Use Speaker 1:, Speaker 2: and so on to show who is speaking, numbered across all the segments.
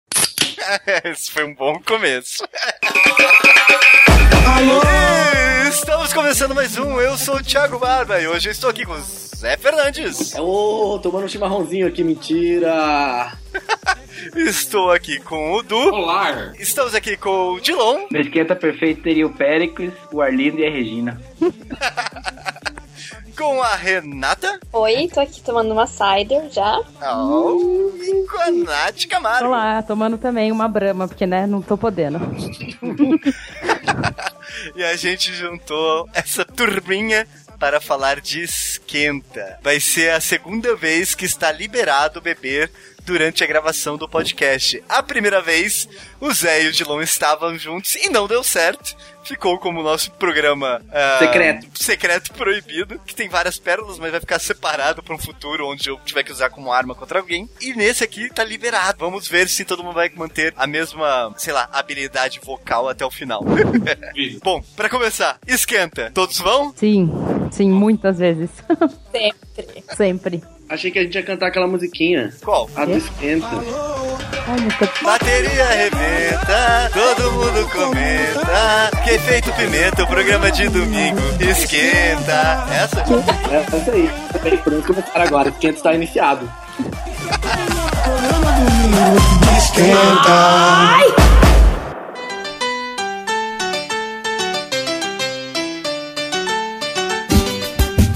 Speaker 1: Esse foi um bom começo. Alô? Estamos começando mais um. Eu sou o Thiago Barba e hoje eu estou aqui com o Zé Fernandes.
Speaker 2: Ô, tomando um chimarrãozinho aqui, mentira!
Speaker 1: Estou aqui com o Du.
Speaker 3: Olá!
Speaker 1: Estamos aqui com o Dilon.
Speaker 4: Meu esquenta perfeito teria o Péricles, o Arlindo e a Regina.
Speaker 1: Com a Renata.
Speaker 5: Oi, tô aqui tomando uma cider já.
Speaker 1: Oh, e com a Nath Camargo.
Speaker 6: Tô lá, tomando também uma brama, porque, né, não tô podendo.
Speaker 1: E a gente juntou essa turminha para falar de esquenta. Vai ser a segunda vez que está liberado beber durante a gravação do podcast. A primeira vez, o Zé e o Dilon estavam juntos e não deu certo. Ficou como o nosso programa ah,
Speaker 2: Secreto.
Speaker 1: secreto proibido, que tem várias pérolas, mas vai ficar separado para um futuro onde eu tiver que usar como arma contra alguém. E nesse aqui tá liberado. Vamos ver se todo mundo vai manter a mesma, sei lá, habilidade vocal até o final. Bom, pra começar, esquenta. Todos vão?
Speaker 6: Sim, sim, muitas vezes.
Speaker 5: Sempre.
Speaker 6: Sempre.
Speaker 2: Achei que a gente ia cantar aquela musiquinha.
Speaker 1: Qual?
Speaker 2: A do esquenta.
Speaker 6: Olha, tô...
Speaker 1: Bateria arrebenta, todo mundo comenta. Que é feito pimenta, o programa de domingo esquenta. Essa?
Speaker 2: É, é isso aí. Bem, Podemos começar agora. Esquenta está iniciado.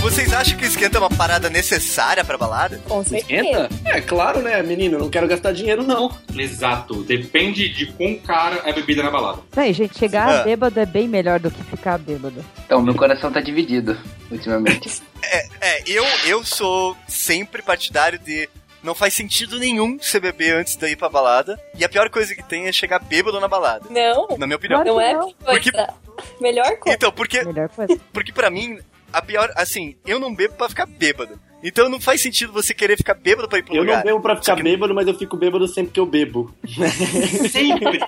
Speaker 1: Vocês acham que esquenta é uma parada necessária pra balada?
Speaker 5: Com certeza.
Speaker 2: Esquenta? É claro, né, menino? Não quero gastar dinheiro, não.
Speaker 3: Exato, depende de quão cara é a bebida na balada.
Speaker 6: Não, e, gente, chegar
Speaker 1: Ah.
Speaker 6: bêbado é bem melhor do que ficar bêbado.
Speaker 4: Então, meu coração tá dividido ultimamente.
Speaker 1: É, eu, eu sou sempre partidário de. Não faz sentido nenhum você beber antes de ir pra balada. E a pior coisa que tem é chegar bêbado na balada.
Speaker 5: Não,
Speaker 1: Na minha opinião.
Speaker 6: Claro.
Speaker 5: não é
Speaker 6: Não.
Speaker 1: Porque-
Speaker 5: coisa. Melhor coisa.
Speaker 1: Então, porque
Speaker 6: Melhor coisa.
Speaker 1: Porque pra mim, a pior, assim, eu não bebo pra ficar bêbado. Então não faz sentido você querer ficar bêbado pra ir pro
Speaker 2: Eu
Speaker 1: lugar.
Speaker 2: não bebo pra ficar bêbado, mas eu fico bêbado sempre que eu bebo.
Speaker 3: Sempre!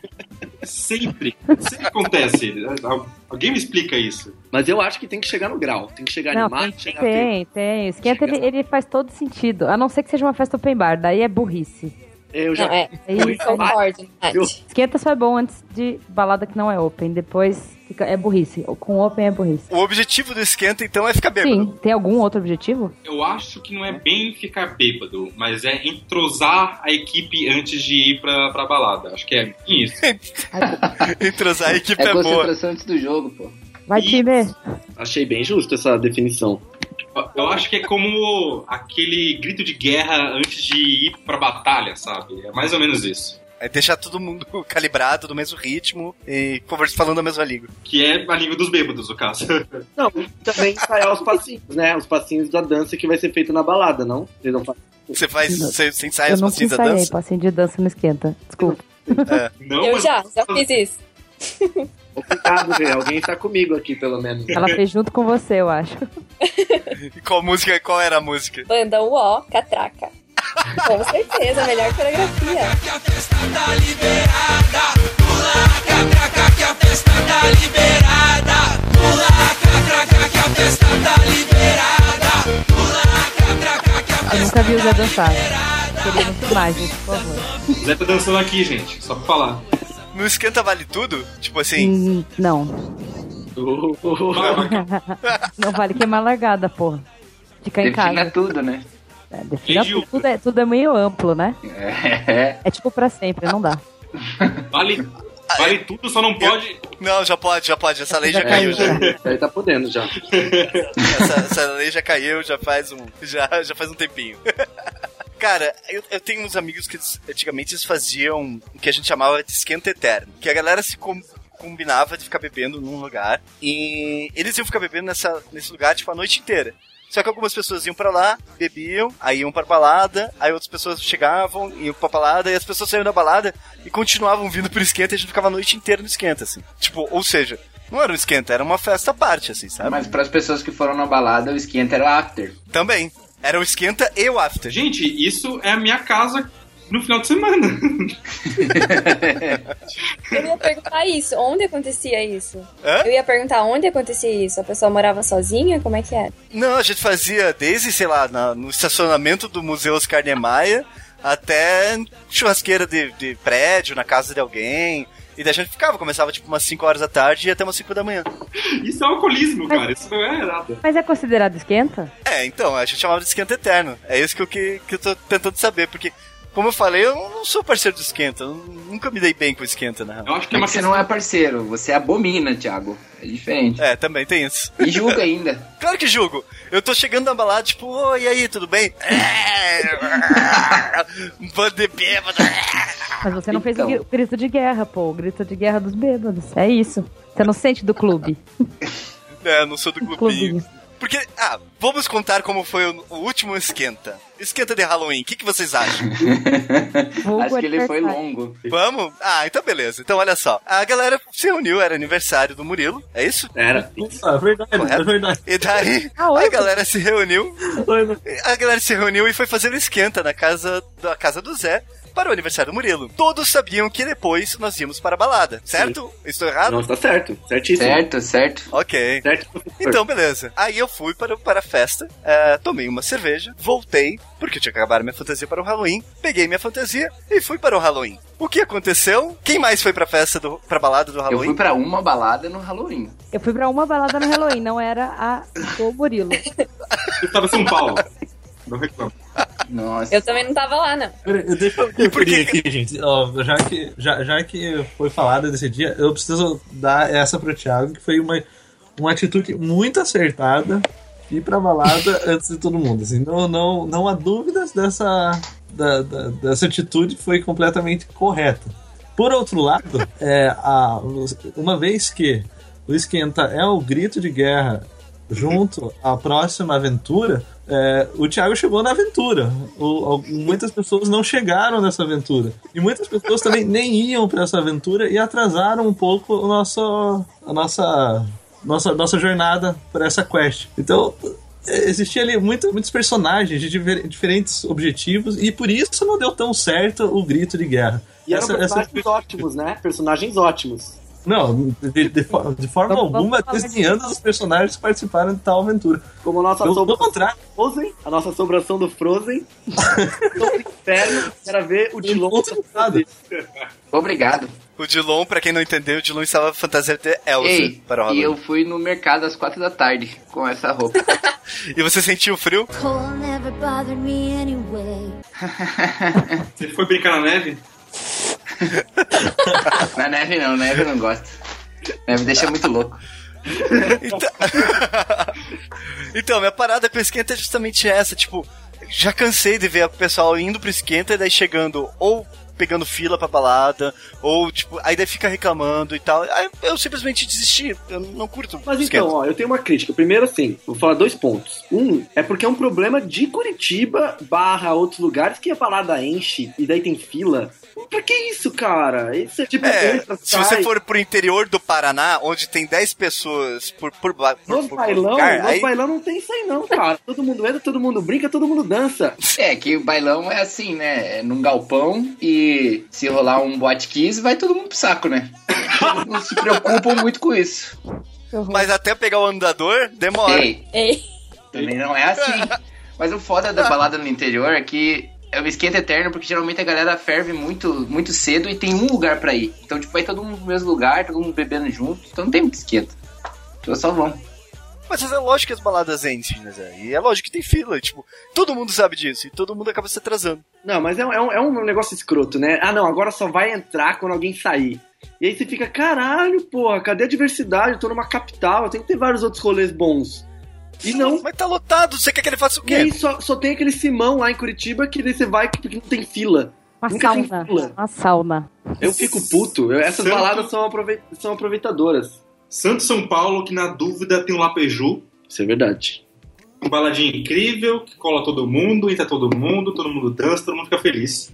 Speaker 3: sempre! Sempre acontece. Al- Alguém me explica isso.
Speaker 2: Mas eu acho que tem que chegar no grau. Tem que chegar
Speaker 6: Não,
Speaker 2: animado, chegar bêbado.
Speaker 6: Tem, tem. Esquenta, ele, ele faz todo sentido. A não ser que seja uma festa open bar, daí é burrice.
Speaker 2: Eu já
Speaker 5: Não, é.
Speaker 2: Oi,
Speaker 6: Aí, aí-
Speaker 2: vai.
Speaker 5: Concordo, né?
Speaker 2: Eu-
Speaker 5: Nath.
Speaker 6: esquenta só é bom antes de balada que não é open. Depois fica, é burrice. Com open é burrice.
Speaker 1: O objetivo do esquenta, então, é ficar bêbado.
Speaker 6: Sim, tem algum outro objetivo?
Speaker 3: Eu acho que não é bem ficar bêbado, mas é entrosar a equipe antes de ir pra, pra balada. Acho que é isso.
Speaker 1: Entrosar a equipe
Speaker 4: É
Speaker 1: é boa.
Speaker 4: concentração antes do jogo, pô.
Speaker 6: Vai,
Speaker 3: Ih.
Speaker 6: time!
Speaker 2: achei bem justo essa definição.
Speaker 3: Eu acho que é como aquele grito de guerra antes de ir pra batalha, sabe? É mais ou menos isso.
Speaker 1: É deixar todo mundo calibrado, do mesmo ritmo e conversando, falando a mesma língua.
Speaker 3: Que é a língua dos bêbados, no caso.
Speaker 2: Não, e também ensaiar os passinhos, né? Os passinhos da dança que vai ser feita na balada, não? Vocês não fazem.
Speaker 1: Você faz, você, você ensaia
Speaker 6: Eu
Speaker 1: os
Speaker 6: não
Speaker 1: passinhos da
Speaker 6: ensaiei
Speaker 1: dança.
Speaker 6: passinho de dança no esquenta. Desculpa.
Speaker 3: Não,
Speaker 5: Eu
Speaker 3: mas-
Speaker 5: já, já fiz isso.
Speaker 2: um Obrigado, velho. Alguém está comigo aqui, pelo menos.
Speaker 6: Ela fez junto com você, eu acho.
Speaker 1: E qual música, qual era a música?
Speaker 5: Banda UO, catraca. Com certeza, melhor coreografia.
Speaker 6: Eu nunca vi o Zé dançar. Queremos imagens, por favor.
Speaker 3: O Zé tá dançando aqui, gente, só pra falar.
Speaker 1: No esquenta vale tudo? Tipo assim,
Speaker 6: Hum, não.
Speaker 3: Barba,
Speaker 6: Não vale queimar largada, porra. Ficar em
Speaker 4: Defina
Speaker 6: casa.
Speaker 4: tudo, né?
Speaker 6: É, defina
Speaker 3: Entendi.
Speaker 6: tudo, é, tudo é meio amplo, né?
Speaker 4: É.
Speaker 6: É tipo pra sempre, não dá.
Speaker 3: vale, vale tudo, só não pode.
Speaker 1: não, já pode, já pode. Essa lei já caiu, né? já.
Speaker 2: Ele tá podendo já.
Speaker 1: Essa, essa lei já caiu, já faz um, já, já faz um tempinho. Cara, eu, eu tenho uns amigos que eles- antigamente eles faziam o que a gente chamava de esquenta eterno. Que a galera se com- combinava de ficar bebendo num lugar e eles iam ficar bebendo nessa, nesse lugar tipo a noite inteira. Só que algumas pessoas iam pra lá, bebiam, aí iam pra balada, aí outras pessoas chegavam, iam pra balada, e as pessoas saíam da balada e continuavam vindo pro esquenta e a gente ficava a noite inteira no esquenta, assim. Tipo, ou seja, não era um esquenta, era uma festa à parte, assim, sabe?
Speaker 4: Mas pras pessoas que foram na balada, o esquenta era o after.
Speaker 1: Também. Era o esquenta e o after.
Speaker 3: Gente, isso é a minha casa no final de semana.
Speaker 5: Eu ia perguntar isso, onde acontecia isso?
Speaker 1: Hã?
Speaker 5: Eu ia perguntar onde acontecia isso. A pessoa morava sozinha? Como é que era?
Speaker 1: Não, a gente fazia desde, sei lá, na- no estacionamento do Museu Oscar Niemeyer até churrasqueira de, de prédio, na casa de alguém. E daí a gente ficava, começava tipo umas 5 horas da tarde e ia até umas 5 da manhã.
Speaker 3: Isso é alcoolismo, cara. Isso não é nada.
Speaker 6: Mas é considerado esquenta?
Speaker 1: É, então, a gente chamava de esquenta eterno. É isso que eu, que, que eu tô tentando saber, porque, como eu falei, eu não sou parceiro do esquenta. Eu nunca me dei bem com o esquenta, né? na real.
Speaker 3: Eu acho que é
Speaker 7: Mas
Speaker 3: uma
Speaker 7: você
Speaker 3: questão.
Speaker 7: não é parceiro, você abomina, Thiago. É diferente.
Speaker 1: É, também tem isso.
Speaker 7: E julga ainda.
Speaker 1: Claro que julgo. Eu tô chegando na balada, tipo, oi, e aí, tudo bem? Um bando de bêbado.
Speaker 6: Mas você não fez o
Speaker 7: Então.
Speaker 6: gri- o grito de guerra, pô. O grito de guerra dos bêbados. É isso. Você não sente do clube.
Speaker 1: É, eu não sou do clubinho.
Speaker 6: Clubinho.
Speaker 1: Porque, ah, vamos contar como foi o, o último esquenta. Esquenta de Halloween, o que, que vocês acham?
Speaker 6: Vulgo
Speaker 7: Acho que ele foi
Speaker 6: aniversário.
Speaker 7: longo.
Speaker 1: vamos? Ah, então beleza. Então olha só. A galera se reuniu, era aniversário do Murilo, é isso?
Speaker 2: Era.
Speaker 8: Ah, é verdade,
Speaker 1: Correto.
Speaker 8: é verdade.
Speaker 1: E daí,
Speaker 6: Ah, oi,
Speaker 1: a galera se reuniu, a galera se reuniu e foi fazendo esquenta na casa, da casa do Zé. Para o aniversário do Murilo. Todos sabiam que depois nós íamos para a balada, certo? Estou errado?
Speaker 2: Não, tá certo. Certíssimo.
Speaker 7: Certo, certo.
Speaker 1: Ok.
Speaker 2: Certo, professor.
Speaker 1: Então, beleza. Aí eu fui para, para a festa, eh, tomei uma cerveja, voltei, porque eu tinha que acabar minha fantasia para o Halloween, peguei minha fantasia e fui para o Halloween. O que aconteceu? Quem mais foi pra festa, do, pra balada do
Speaker 7: Eu fui
Speaker 1: Halloween?
Speaker 7: pra uma balada no Halloween.
Speaker 6: Eu fui pra uma balada no Halloween, não era a do Murilo.
Speaker 3: Você estava em São Paulo. Não reclamo.
Speaker 7: Nossa.
Speaker 5: Eu também não tava lá, não.
Speaker 8: Peraí, eu- Deixa eu
Speaker 1: E por que
Speaker 8: conferir aqui, gente. Ó, já, que, já, já que foi falado desse dia, eu preciso dar essa pro Thiago, que foi uma, uma atitude muito acertada de ir pra balada antes de todo mundo. Assim, não, não, não há dúvidas dessa, da- da- dessa atitude foi completamente correta. Por outro lado, é, a, uma vez que o Esquenta é o grito de guerra junto à próxima aventura, é, o Thiago chegou na aventura. O- al- muitas pessoas não chegaram nessa aventura. E muitas pessoas também nem iam para essa aventura e atrasaram um pouco o nosso, a nossa, nossa, nossa jornada por essa quest. Então. é, Existia ali muito- muitos personagens de diver- diferentes objetivos e por isso não deu tão certo o grito de guerra.
Speaker 2: E um eram
Speaker 8: Essa- essa-
Speaker 2: personagens ótimos, né? Personagens ótimos.
Speaker 8: não, de, de fo- de forma
Speaker 6: Vamos- vamos
Speaker 8: alguma,
Speaker 6: falar
Speaker 8: desenhando os personagens que participaram de tal aventura.
Speaker 2: Como a nossa
Speaker 8: Pelo
Speaker 2: sombra
Speaker 8: pelo contrário,
Speaker 2: do Frozen, a nossa assombração do Frozen. Sobre inferno, era ver o Dilon.
Speaker 8: outro lado.
Speaker 7: Obrigado.
Speaker 1: O Dilon, pra quem não entendeu, o Dilon estava fantasiado de Elsa
Speaker 7: Ei,
Speaker 1: para o
Speaker 7: e
Speaker 1: Halloween.
Speaker 7: eu fui no mercado às quatro da tarde com essa roupa.
Speaker 1: E você sentiu frio?
Speaker 9: Cold never bothered me anyway.
Speaker 3: Você foi brincar na neve?
Speaker 7: Na neve não, neve eu não gosto. Neve deixa muito louco.
Speaker 1: Então, então minha parada pro esquenta é justamente essa, tipo, já cansei de ver o pessoal indo pro esquenta e daí chegando ou pegando fila pra balada, ou tipo, aí daí fica reclamando e tal. Aí eu simplesmente desisti, eu não curto
Speaker 2: Mas
Speaker 1: esquenta.
Speaker 2: então, ó, eu tenho uma crítica. Primeiro, assim, vou falar dois pontos. Um, é porque é um problema de Curitiba barra outros lugares que a balada enche e daí tem fila. Pra que isso, cara? Isso é tipo
Speaker 1: É,
Speaker 2: entra,
Speaker 1: se
Speaker 2: sai.
Speaker 1: você for pro interior do Paraná, onde tem 10 pessoas por, por, ba- por,
Speaker 2: Nos
Speaker 1: por
Speaker 2: bailão,
Speaker 1: lugar,
Speaker 2: nos
Speaker 1: aí,
Speaker 2: bailão não tem isso aí não, cara. Todo mundo entra, todo mundo brinca, todo mundo dança.
Speaker 7: É, que o bailão é assim, né? É num galpão e se rolar um boate 15, vai todo mundo pro saco, né? Eles Não se preocupam muito com isso.
Speaker 1: mas até pegar o andador, demora.
Speaker 7: Ei,
Speaker 5: Ei,
Speaker 7: também não é assim. Mas o foda da balada no interior é que é um esquenta eterno, porque geralmente a galera ferve muito, muito cedo e tem um lugar pra ir. Então, tipo, vai todo mundo no mesmo lugar, todo mundo bebendo junto, então não tem muito esquenta. Então só vão.
Speaker 1: Mas é lógico que as baladas enchem, né, Zé? E é lógico que tem fila, tipo, todo mundo sabe disso, e todo mundo acaba se atrasando.
Speaker 2: Não, mas é, um- é um, é um negócio escroto, né? Ah, não, agora só vai entrar quando alguém sair. E aí você fica, caralho, porra, cadê a diversidade? Eu tô numa capital, eu tenho que ter vários outros rolês bons. E não,
Speaker 1: Mas tá lotado, você quer que ele faça o
Speaker 2: E
Speaker 1: quê?
Speaker 2: aí só, só tem aquele Simão lá em Curitiba que daí você vai que- porque não tem fila.
Speaker 6: Uma
Speaker 2: Nunca tem
Speaker 6: sauna.
Speaker 2: fila.
Speaker 6: Uma sauna.
Speaker 2: Eu fico puto. Eu- essas
Speaker 3: Santo.
Speaker 2: baladas são, aprove- são aproveitadoras.
Speaker 3: Santo São Paulo, que na dúvida tem um Lapeju. Um
Speaker 2: Isso é verdade.
Speaker 3: Uma baladinha incrível, que cola todo mundo, entra todo mundo, todo mundo dança, todo mundo fica feliz.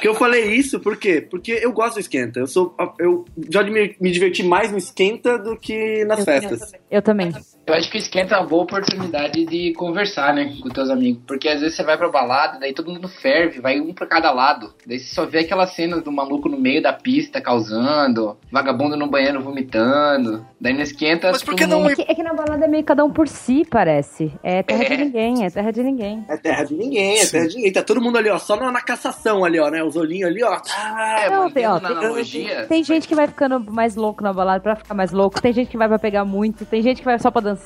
Speaker 2: Que eu falei isso, por quê? Porque eu gosto do esquenta. Eu sou. Eu já me, me diverti mais no esquenta do que nas
Speaker 6: Eu-
Speaker 2: festas.
Speaker 6: Eu também.
Speaker 7: Eu acho que o esquenta é uma boa oportunidade de conversar, né, com teus amigos. Porque às vezes você vai pra balada, daí todo mundo ferve, vai um pra cada lado. Daí você só vê aquelas cenas do maluco no meio da pista causando, vagabundo no banheiro vomitando. Daí no esquenta. tipo,
Speaker 1: Mas por
Speaker 7: todo
Speaker 1: que não
Speaker 7: mundo-
Speaker 6: É que, é que na balada é meio cada um por si, parece. É terra de ninguém, é terra de ninguém.
Speaker 2: É terra de ninguém, é terra de ninguém. Tá todo mundo ali, ó, só na, na cassação ali, ó, né? Os olhinhos ali, ó. Ah,
Speaker 7: É,
Speaker 6: Não,
Speaker 7: mantendo
Speaker 6: tem- ó,
Speaker 7: na
Speaker 6: tem-
Speaker 7: analogia.
Speaker 6: Tem gente que vai ficando mais louco na balada pra ficar mais louco, tem gente que vai pra pegar muito, tem gente que vai só pra dançar.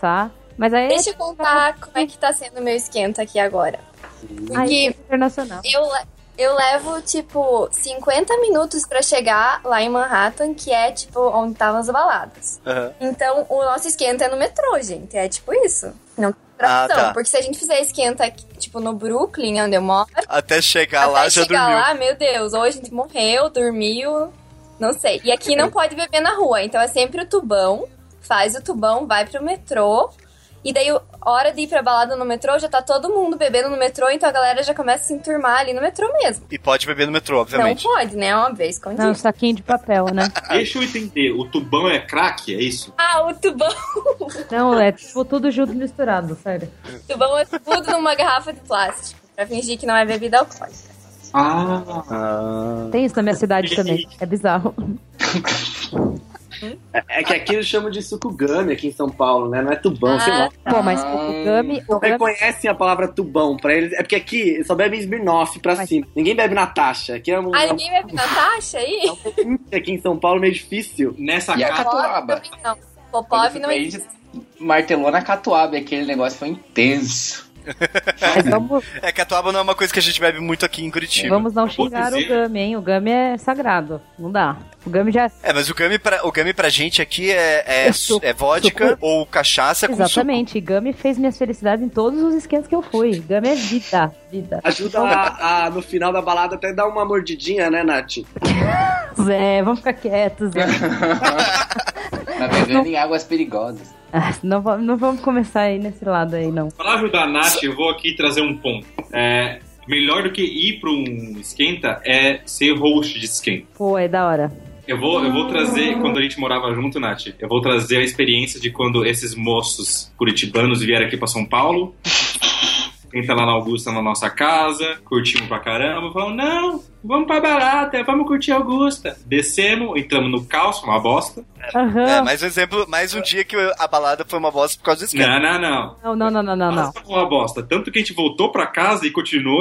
Speaker 6: Mas aí
Speaker 5: Deixa eu contar como é que tá sendo o meu esquenta aqui agora.
Speaker 6: Aí
Speaker 5: Porque
Speaker 6: é internacional.
Speaker 5: eu, le- eu levo, tipo, 50 minutos pra chegar lá em Manhattan, que é, tipo, onde estavam as baladas.
Speaker 1: Aham.
Speaker 5: Então, o nosso esquenta é no metrô, gente. É tipo isso. Não tem outra
Speaker 1: Ah,
Speaker 5: opção.
Speaker 1: tá.
Speaker 5: Porque se a gente fizer esquenta, aqui, tipo, no Brooklyn, onde eu moro,
Speaker 1: Até chegar
Speaker 5: até
Speaker 1: lá, já
Speaker 5: chegar
Speaker 1: dormiu.
Speaker 5: lá, meu Deus, ou a gente morreu, dormiu, não sei. E aqui não pode beber na rua, então é sempre o tubão. Faz o tubão, vai pro metrô. E daí, hora de ir pra balada no metrô, já tá todo mundo bebendo no metrô, então a galera já começa a se enturmar ali no metrô mesmo.
Speaker 1: E pode beber no metrô,
Speaker 5: Não
Speaker 1: obviamente.
Speaker 5: pode, né? Óbvio, é escondido.
Speaker 6: Não, um saquinho de papel, né?
Speaker 3: Deixa eu entender, o tubão é craque, é isso?
Speaker 5: Ah, o tubão.
Speaker 6: Não, é tipo tudo junto e misturado, sério.
Speaker 5: O tubão é tudo numa garrafa de plástico, pra fingir que não é bebida alcoólica.
Speaker 3: Ah,
Speaker 6: Tem isso na minha cidade também. É bizarro.
Speaker 2: É que aqui eles chamam de sucugame aqui em São Paulo, né? Não é tubão, sei lá.
Speaker 5: Ah,
Speaker 6: Pô, mas o Gami. O
Speaker 2: Não
Speaker 6: Gami
Speaker 2: conhecem a palavra tubão pra eles. É porque aqui só bebe Smirnoff pra
Speaker 6: Mas-
Speaker 2: cima. Ninguém bebe Natasha. Aqui é um. é
Speaker 5: ah, ninguém bebe Natasha aí?
Speaker 2: aqui em São Paulo é meio difícil.
Speaker 3: nessa
Speaker 7: E a
Speaker 3: casa.
Speaker 5: Popov
Speaker 7: é catuaba?
Speaker 5: também não.
Speaker 7: Quando eu
Speaker 5: Popov
Speaker 7: fui
Speaker 5: não é
Speaker 7: pra
Speaker 5: existe.
Speaker 7: Índia, Martelou na é catuaba, e aquele negócio foi intenso.
Speaker 6: mas vamos,
Speaker 1: É que a tuaba não é uma coisa que a gente bebe muito aqui em Curitiba.
Speaker 6: vamos não
Speaker 3: Eu vou
Speaker 6: xingar
Speaker 3: dizer.
Speaker 6: o Gami, hein? O Gami é sagrado. Não dá. O Gami já.
Speaker 1: É, mas o gami pra, o gami pra gente aqui é, é,
Speaker 6: É suco.
Speaker 1: é vodka
Speaker 6: Suco.
Speaker 1: ou cachaça com suco.
Speaker 6: Exatamente. Gami fez minhas felicidades em todos os esquemas que eu fui. Gami é vida. Vida.
Speaker 2: Ajuda a, a- no final da balada até dar uma mordidinha, né, Nath?
Speaker 6: Zé, É, vamos ficar quietos, é. Zé.
Speaker 7: Navegando em águas perigosas.
Speaker 6: Ah, Não, va- não vamos começar aí nesse lado aí, não.
Speaker 3: Para ajudar a Nath, eu vou aqui trazer um ponto. É, melhor do que ir para um esquenta é ser host de esquenta.
Speaker 6: Pô, é da hora.
Speaker 3: Eu vou, eu vou trazer, quando a gente morava junto, Nath, eu vou trazer a experiência de quando esses moços curitibanos vieram aqui pra São Paulo. Entra lá na Augusta, na nossa casa, curtimos pra caramba. Falamos, não, vamos pra barata, vamos curtir a Augusta. Descemos, entramos no caos, uma bosta.
Speaker 1: É,
Speaker 6: Aham.
Speaker 1: mais um exemplo, mais um dia que a balada foi uma bosta por causa
Speaker 2: É.
Speaker 1: do esquema.
Speaker 3: Não, não, não.
Speaker 6: Não, não, não, não, não, não.
Speaker 3: Quase foi Uma bosta. Tanto que a gente voltou pra casa e continuou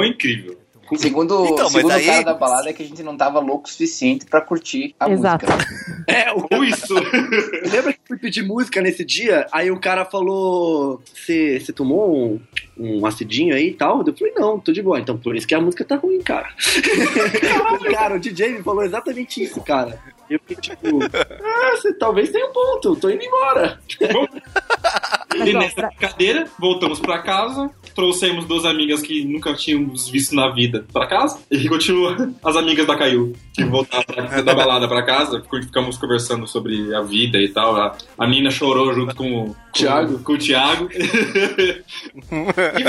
Speaker 3: incrível.
Speaker 7: Segundo,
Speaker 1: Então, mas
Speaker 7: segundo o
Speaker 1: daí-
Speaker 7: cara da balada é que a gente não tava louco o suficiente pra curtir a
Speaker 6: Exato.
Speaker 7: música.
Speaker 2: É, o
Speaker 3: Ou isso.
Speaker 2: Lembra que eu fui pedir música nesse dia? Aí o cara falou: Você tomou um, um acidinho aí e tal? Eu falei: Não, tô de boa. Então por isso que a música tá ruim, cara. cara, o DJ me falou exatamente isso, cara. Eu fiquei tipo: Ah, você talvez tenha um ponto, eu tô indo embora.
Speaker 3: E nessa brincadeira, voltamos pra casa, trouxemos duas amigas que nunca tínhamos visto na vida pra casa, e continua as amigas da Caiu, que voltaram pra- da balada pra casa, fic- ficamos conversando sobre a vida e tal. A, a menina chorou junto com, o- com,
Speaker 2: Thiago.
Speaker 3: com o Thiago. e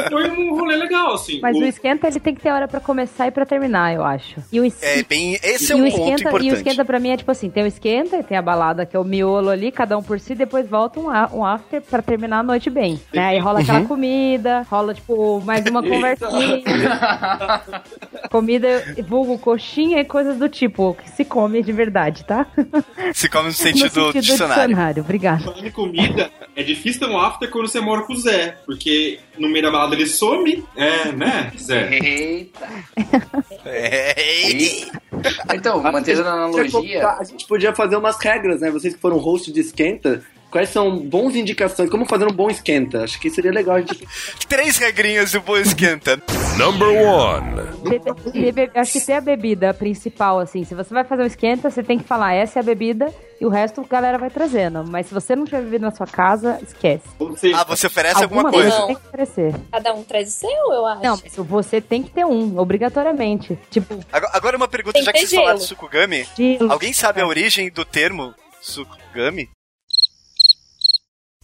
Speaker 3: foi um rolê legal, assim.
Speaker 6: Mas
Speaker 3: O-
Speaker 6: o esquenta, ele tem que ter hora pra começar e pra terminar, eu acho. E o esquenta.
Speaker 1: É bem, esse é
Speaker 6: e
Speaker 1: um
Speaker 6: o
Speaker 1: ponto
Speaker 6: esquenta,
Speaker 1: importante.
Speaker 6: e o esquenta pra mim é tipo assim, tem o esquenta e tem a balada, que é o miolo ali, cada um por si, depois volta um, a- um after pra terminar a noite bem. Né? Aí rola
Speaker 1: Uhum.
Speaker 6: aquela comida, rola, tipo, mais uma conversinha. comida, vulgo, coxinha e coisas do tipo, que se come de verdade, tá?
Speaker 1: Se come no sentido,
Speaker 6: no sentido
Speaker 1: dicionário.
Speaker 6: obrigado.
Speaker 3: Falando em comida, é difícil ter um after quando você mora com o Zé, porque no meio da balada ele some, é, né, Zé?
Speaker 7: Eita.
Speaker 1: É.
Speaker 7: Então, mantendo na analogia,
Speaker 2: A gente podia fazer umas regras, né? Vocês que foram host de esquenta. Quais são bons indicações? Como fazer um bom esquenta? Acho que seria legal a gente.
Speaker 1: Três regrinhas do bom esquenta.
Speaker 6: Bebe- bebe- acho que tem a bebida principal, assim. Se você vai fazer um esquenta, você tem que falar essa é a bebida e o resto a galera vai trazendo. Mas se você não tiver bebido na sua casa, esquece.
Speaker 3: Ou seja,
Speaker 1: Ah, você oferece alguma,
Speaker 5: coisa.
Speaker 1: coisa.
Speaker 5: Não.
Speaker 6: tem que oferecer.
Speaker 5: Cada um traz o seu, eu acho.
Speaker 6: Não, mas você tem que ter um, obrigatoriamente. Tipo,
Speaker 1: Agora, agora uma pergunta,
Speaker 5: Tem que
Speaker 1: já que
Speaker 5: ter
Speaker 1: vocês falaram de
Speaker 5: gelo.
Speaker 1: sukugami,
Speaker 6: de
Speaker 1: alguém sabe a origem do termo sukugami?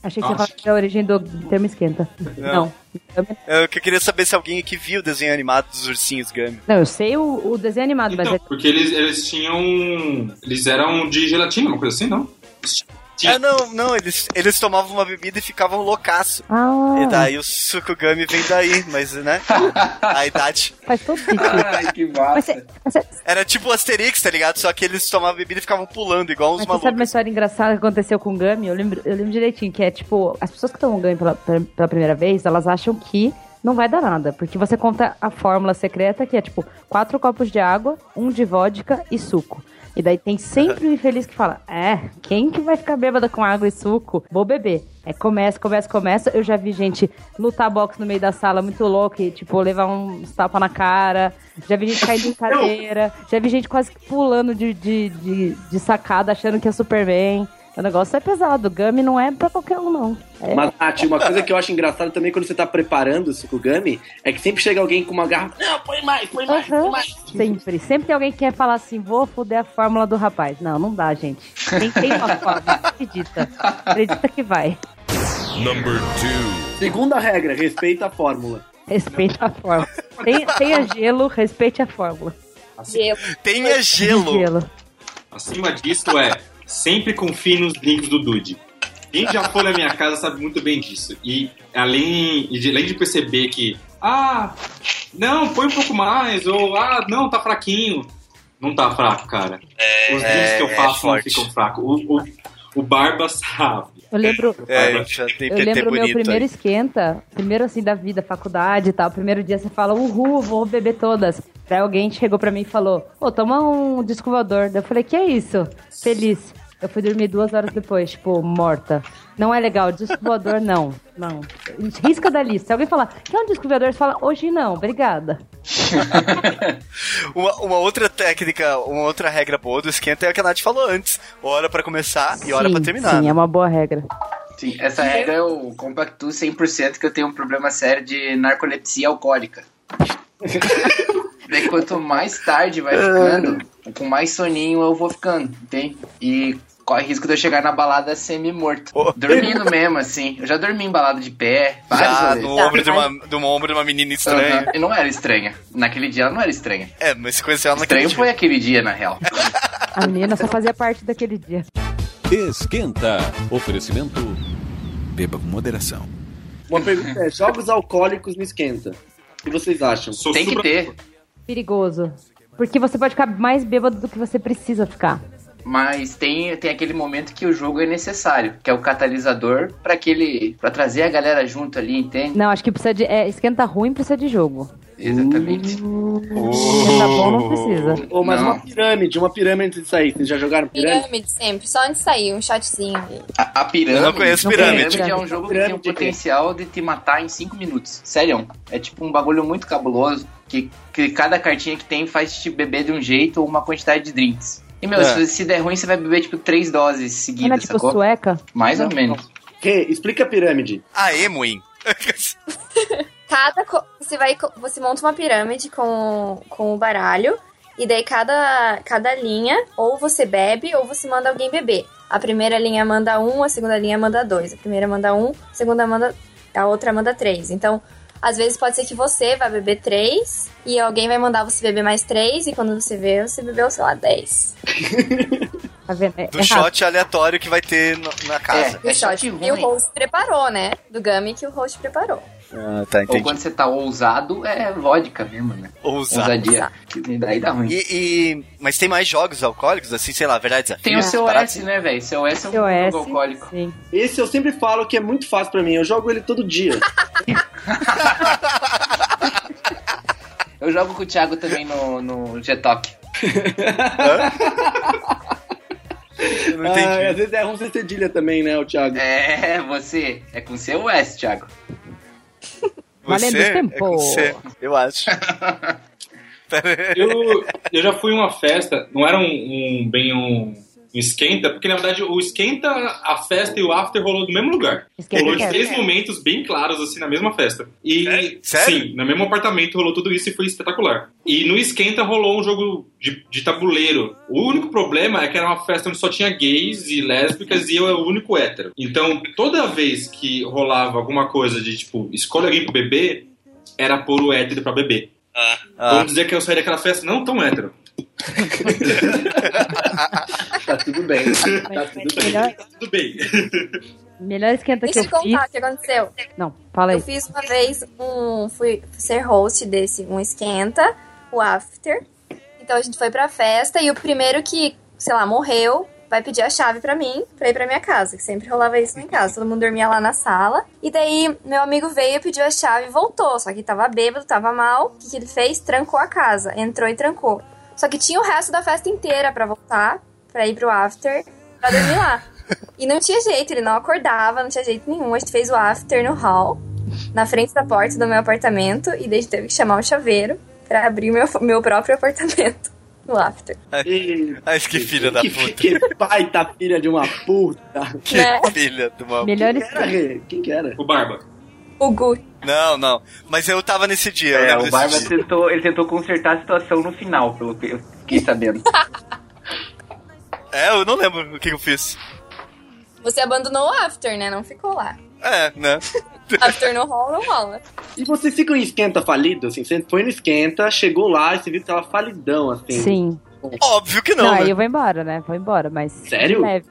Speaker 6: Achei que
Speaker 3: Nossa.
Speaker 6: você falava da origem do termo esquenta. Não. Não,
Speaker 1: Eu É, que- queria saber se alguém aqui viu o desenho animado dos ursinhos Gummy.
Speaker 6: eu sei o, o desenho animado, mas
Speaker 3: Então,
Speaker 6: é
Speaker 3: porque eles, eles tinham. Eles eram de gelatina, uma coisa assim, não? Tinha-
Speaker 1: Ah, não, não, eles, eles tomavam uma bebida e ficavam loucaço.
Speaker 6: Ah,
Speaker 1: E daí o suco Gummy vem daí, mas né? A idade.
Speaker 6: faz todo sentido.
Speaker 7: Ai, que
Speaker 6: Mas
Speaker 7: massa.
Speaker 6: é- você mas você-
Speaker 1: Era tipo o Asterix, tá ligado? Só que eles tomavam bebida e ficavam pulando, igual uns
Speaker 6: mas você sabe uma
Speaker 1: malucos.
Speaker 6: história engraçada que aconteceu com o Gummy? Eu lembro, eu lembro direitinho, que é tipo, as pessoas que tomam Gummy pela, pela- pela primeira vez, elas acham que não vai dar nada. Porque você conta a fórmula secreta, que é tipo, quatro copos de água, um de vodka e suco. E daí tem sempre um infeliz que fala: É, quem que vai ficar bêbada com água e suco? Vou beber. Aí começa, começa, começa. Eu já vi gente lutar boxe no meio da sala, muito louco, e, tipo, levar um tapa na cara. Já vi gente caindo em cadeira. Já vi gente quase que pulando de, de, de, de sacada, achando que é Superman. O negócio é pesado. O Gummy não é pra qualquer um, não. É.
Speaker 2: Mas, Tati, uma coisa que eu acho engraçada também quando você tá preparando o Sukugami é que sempre chega alguém com uma garrafa. Não, põe mais, põe mais, põe
Speaker 6: Aham.
Speaker 2: mais.
Speaker 6: Sempre. Sempre tem alguém que quer falar assim: vou foder a fórmula do rapaz. Não, não dá, gente. Quem tem uma fórmula, acredita. Acredita que vai.
Speaker 10: Number two.
Speaker 2: Segunda regra, respeita a fórmula.
Speaker 6: Respeita a fórmula. Tenha, tenha gelo, respeite a fórmula.
Speaker 5: Gelo.
Speaker 1: Tenha é gelo.
Speaker 6: é Gelo.
Speaker 3: Acima disso é, sempre confie nos drinks do Dude. Quem já foi na minha casa sabe muito bem disso. E além e de, além de perceber que, ah, não, põe um pouco mais, ou ah, não, tá fraquinho. Não tá fraco, cara. Os drinks que eu
Speaker 1: é
Speaker 3: faço não
Speaker 1: forte.
Speaker 3: ficam fracos. O, o, o Barba sabe.
Speaker 6: Eu lembro,
Speaker 1: É,
Speaker 3: Ah,
Speaker 1: eu já tem
Speaker 6: eu
Speaker 1: PT
Speaker 6: lembro o meu
Speaker 1: bonito
Speaker 6: primeiro
Speaker 1: aí.
Speaker 6: esquenta, primeiro assim da vida, faculdade e tal. Primeiro dia você fala, uhul, vou beber todas. Daí alguém chegou pra mim e falou, ô, toma um descovador. Daí eu falei, que é isso? Feliz. Eu fui dormir duas horas depois, tipo, morta. Não é legal, descovador não. Não. Risca da lista. Se alguém falar, quer um descovador? Você fala, hoje não, obrigada.
Speaker 1: Uma, uma outra técnica, uma outra regra boa do esquenta é a que a Nath falou antes. Hora pra começar e hora
Speaker 6: Sim,
Speaker 1: pra terminar. né?
Speaker 6: Sim, é uma boa regra.
Speaker 7: Sim, essa regra eu compacto 100% que eu tenho um problema sério de narcolepsia alcoólica. Daí quanto mais tarde vai ficando, com mais soninho eu vou ficando, entende? E corre risco de eu chegar na balada semi-morto.
Speaker 1: Oh.
Speaker 7: Dormindo mesmo, assim. Eu já dormi em balada de pé, várias
Speaker 1: Já
Speaker 7: vezes.
Speaker 1: no ombro de uma, do ombro de uma menina estranha.
Speaker 7: Uhum. E não era estranha. Naquele dia ela não era estranha.
Speaker 1: É, mas se conheceu ela naquele
Speaker 7: Estranho
Speaker 1: dia.
Speaker 7: foi aquele dia, na real.
Speaker 6: A menina só fazia parte daquele dia.
Speaker 10: Esquenta. Oferecimento. Beba com moderação.
Speaker 2: Uma pergunta é: jogos alcoólicos no esquenta. O que vocês acham?
Speaker 3: Sou
Speaker 7: Tem que
Speaker 3: super-
Speaker 7: ter.
Speaker 6: Perigoso. Porque você pode ficar mais bêbado do que você precisa ficar.
Speaker 7: Mas tem, tem aquele momento que o jogo é necessário, que é o catalisador pra aquele para trazer a galera junto ali, entende?
Speaker 6: Não, acho que precisa de. É, esquenta ruim precisa de jogo.
Speaker 7: Exatamente.
Speaker 6: Uh,
Speaker 7: Uh.
Speaker 6: Esquenta Tá bom não precisa.
Speaker 2: Ou mais
Speaker 7: Não.
Speaker 2: uma pirâmide, uma pirâmide antes de sair. Vocês já jogaram pirâmide?
Speaker 5: Pirâmide sempre, só antes de sair, um shotzinho.
Speaker 7: A, a pirâmide.
Speaker 1: Eu não conheço
Speaker 7: a
Speaker 6: pirâmide.
Speaker 7: é um jogo que tem o
Speaker 2: Pirâmide,
Speaker 7: potencial de te matar em 5 minutos. Sério. É tipo um bagulho muito cabuloso. Que, que cada cartinha que tem faz te beber de um jeito ou uma quantidade de drinks. E, meu,
Speaker 1: É.
Speaker 7: se, se der ruim, você vai beber, tipo, três doses
Speaker 6: Mas Não é
Speaker 7: seguidas,
Speaker 6: tipo
Speaker 7: sacou?
Speaker 6: sueca?
Speaker 7: Mais ou
Speaker 6: Não.
Speaker 7: menos.
Speaker 2: Rê, explica a pirâmide.
Speaker 1: Aê, Moinho.
Speaker 5: Cada. co- Você vai. co- Você monta uma pirâmide com, com o baralho. E daí cada, cada linha, ou você bebe, ou você manda alguém beber. A primeira linha manda um, a segunda linha manda dois. A primeira manda um, a segunda manda. A outra manda três. Então, às vezes pode ser que você vai beber três, e alguém vai mandar você beber mais três, e quando você vê, você bebeu, sei lá, dez.
Speaker 6: Tá vendo? É,
Speaker 1: Do
Speaker 6: errado.
Speaker 1: shot aleatório que vai ter no- na casa.
Speaker 7: É
Speaker 5: E, o shot.
Speaker 7: shot
Speaker 5: e o
Speaker 7: ruim.
Speaker 5: host preparou, né? Do Gummy que o host preparou.
Speaker 1: Ah, tá,
Speaker 7: Ou quando você tá ousado, é vodka mesmo, né?
Speaker 1: Ousado.
Speaker 7: Ousadia. Que daí dá ruim.
Speaker 1: E, e- mas tem mais jogos alcoólicos, assim, sei lá, verdade, desafio.
Speaker 7: Tem o seu
Speaker 1: parada
Speaker 7: S, né, velho? Seu S é um
Speaker 6: Seu S,
Speaker 7: jogo alcoólico.
Speaker 6: Sim.
Speaker 2: Esse eu sempre falo que é muito fácil pra mim. Eu jogo ele todo dia.
Speaker 7: Eu jogo com o Thiago também no, no G-Talk.
Speaker 1: assim. Não entendi.
Speaker 2: Ah, às vezes é ruim sem cedilha também, né, o Thiago?
Speaker 7: É, você. É com seu S, Thiago.
Speaker 6: Ah, Valendo
Speaker 1: Você?
Speaker 6: tempo.
Speaker 1: É com você, eu acho. Pera aí.
Speaker 3: Eu, eu já fui em uma festa, não era um, um- bem um, Um esquenta, porque na verdade o esquenta, a festa e o after rolou no mesmo lugar.
Speaker 6: Esquenta
Speaker 3: rolou
Speaker 6: e
Speaker 3: em
Speaker 6: after.
Speaker 3: três momentos bem claros, assim, na mesma festa. E
Speaker 1: Sério?
Speaker 3: sim, no mesmo apartamento rolou tudo isso e foi espetacular. E no esquenta rolou um jogo de, de tabuleiro. O único problema é que era uma festa onde só tinha gays e lésbicas e eu era o único hétero. Então, toda vez que rolava alguma coisa de tipo, escolha alguém pro bebê, era pôr o hétero pra beber.
Speaker 1: Ah.
Speaker 3: Vamos dizer que eu saí daquela festa não tão hétero.
Speaker 2: Tá tudo bem. Tá tudo bem.
Speaker 6: Melhor,
Speaker 3: Tudo bem.
Speaker 6: melhor esquenta que
Speaker 5: Deixa
Speaker 6: eu
Speaker 5: eu te contar o
Speaker 6: fiz.
Speaker 5: que aconteceu.
Speaker 6: Não, fala
Speaker 5: Eu
Speaker 6: aí.
Speaker 5: fiz uma vez um. Fui ser host desse, um esquenta, o after. Então a gente foi pra festa e o primeiro que, sei lá, morreu, vai pedir a chave pra mim, pra ir pra minha casa, que sempre rolava isso lá em casa. Todo mundo dormia lá na sala. E daí meu amigo veio, pediu a chave e voltou. Só que tava bêbado, tava mal. O que, que ele fez? Trancou a casa. Entrou e trancou. Só que tinha o resto da festa inteira pra voltar, pra ir pro after, pra dormir lá. E não tinha jeito, ele não acordava, não tinha jeito nenhum. A gente fez o after no hall, na frente da porta do meu apartamento, e daí a gente teve que chamar o chaveiro pra abrir meu, meu próprio apartamento no after.
Speaker 2: Ih,
Speaker 1: Ai, que filha da
Speaker 2: que,
Speaker 1: puta.
Speaker 2: que baita filha de uma puta.
Speaker 1: Que
Speaker 5: Né?
Speaker 7: É.
Speaker 1: filha de uma...
Speaker 6: Melhor
Speaker 2: Quem era,
Speaker 6: esquenta.
Speaker 2: Rê? Quem que era?
Speaker 3: O Barba.
Speaker 5: O Gu.
Speaker 1: Não, não. Mas eu tava nesse dia, eu
Speaker 4: É,
Speaker 1: lembro
Speaker 4: o
Speaker 1: desse
Speaker 4: Barba
Speaker 1: dia.
Speaker 4: tentou, ele tentou consertar a situação no final, pelo que eu fiquei sabendo.
Speaker 1: É, eu não lembro o que eu fiz.
Speaker 5: Você abandonou o after, né? Não ficou lá.
Speaker 1: É, né?
Speaker 5: After no hall não rola.
Speaker 2: E vocês ficam em esquenta falido, assim? Você foi no esquenta, chegou lá e você viu que tava falidão, assim.
Speaker 6: Sim.
Speaker 1: Óbvio que
Speaker 6: É. Não,
Speaker 1: não, né?
Speaker 6: aí eu vou embora, né? Vou embora, mas.
Speaker 2: Sério?
Speaker 6: de Leve.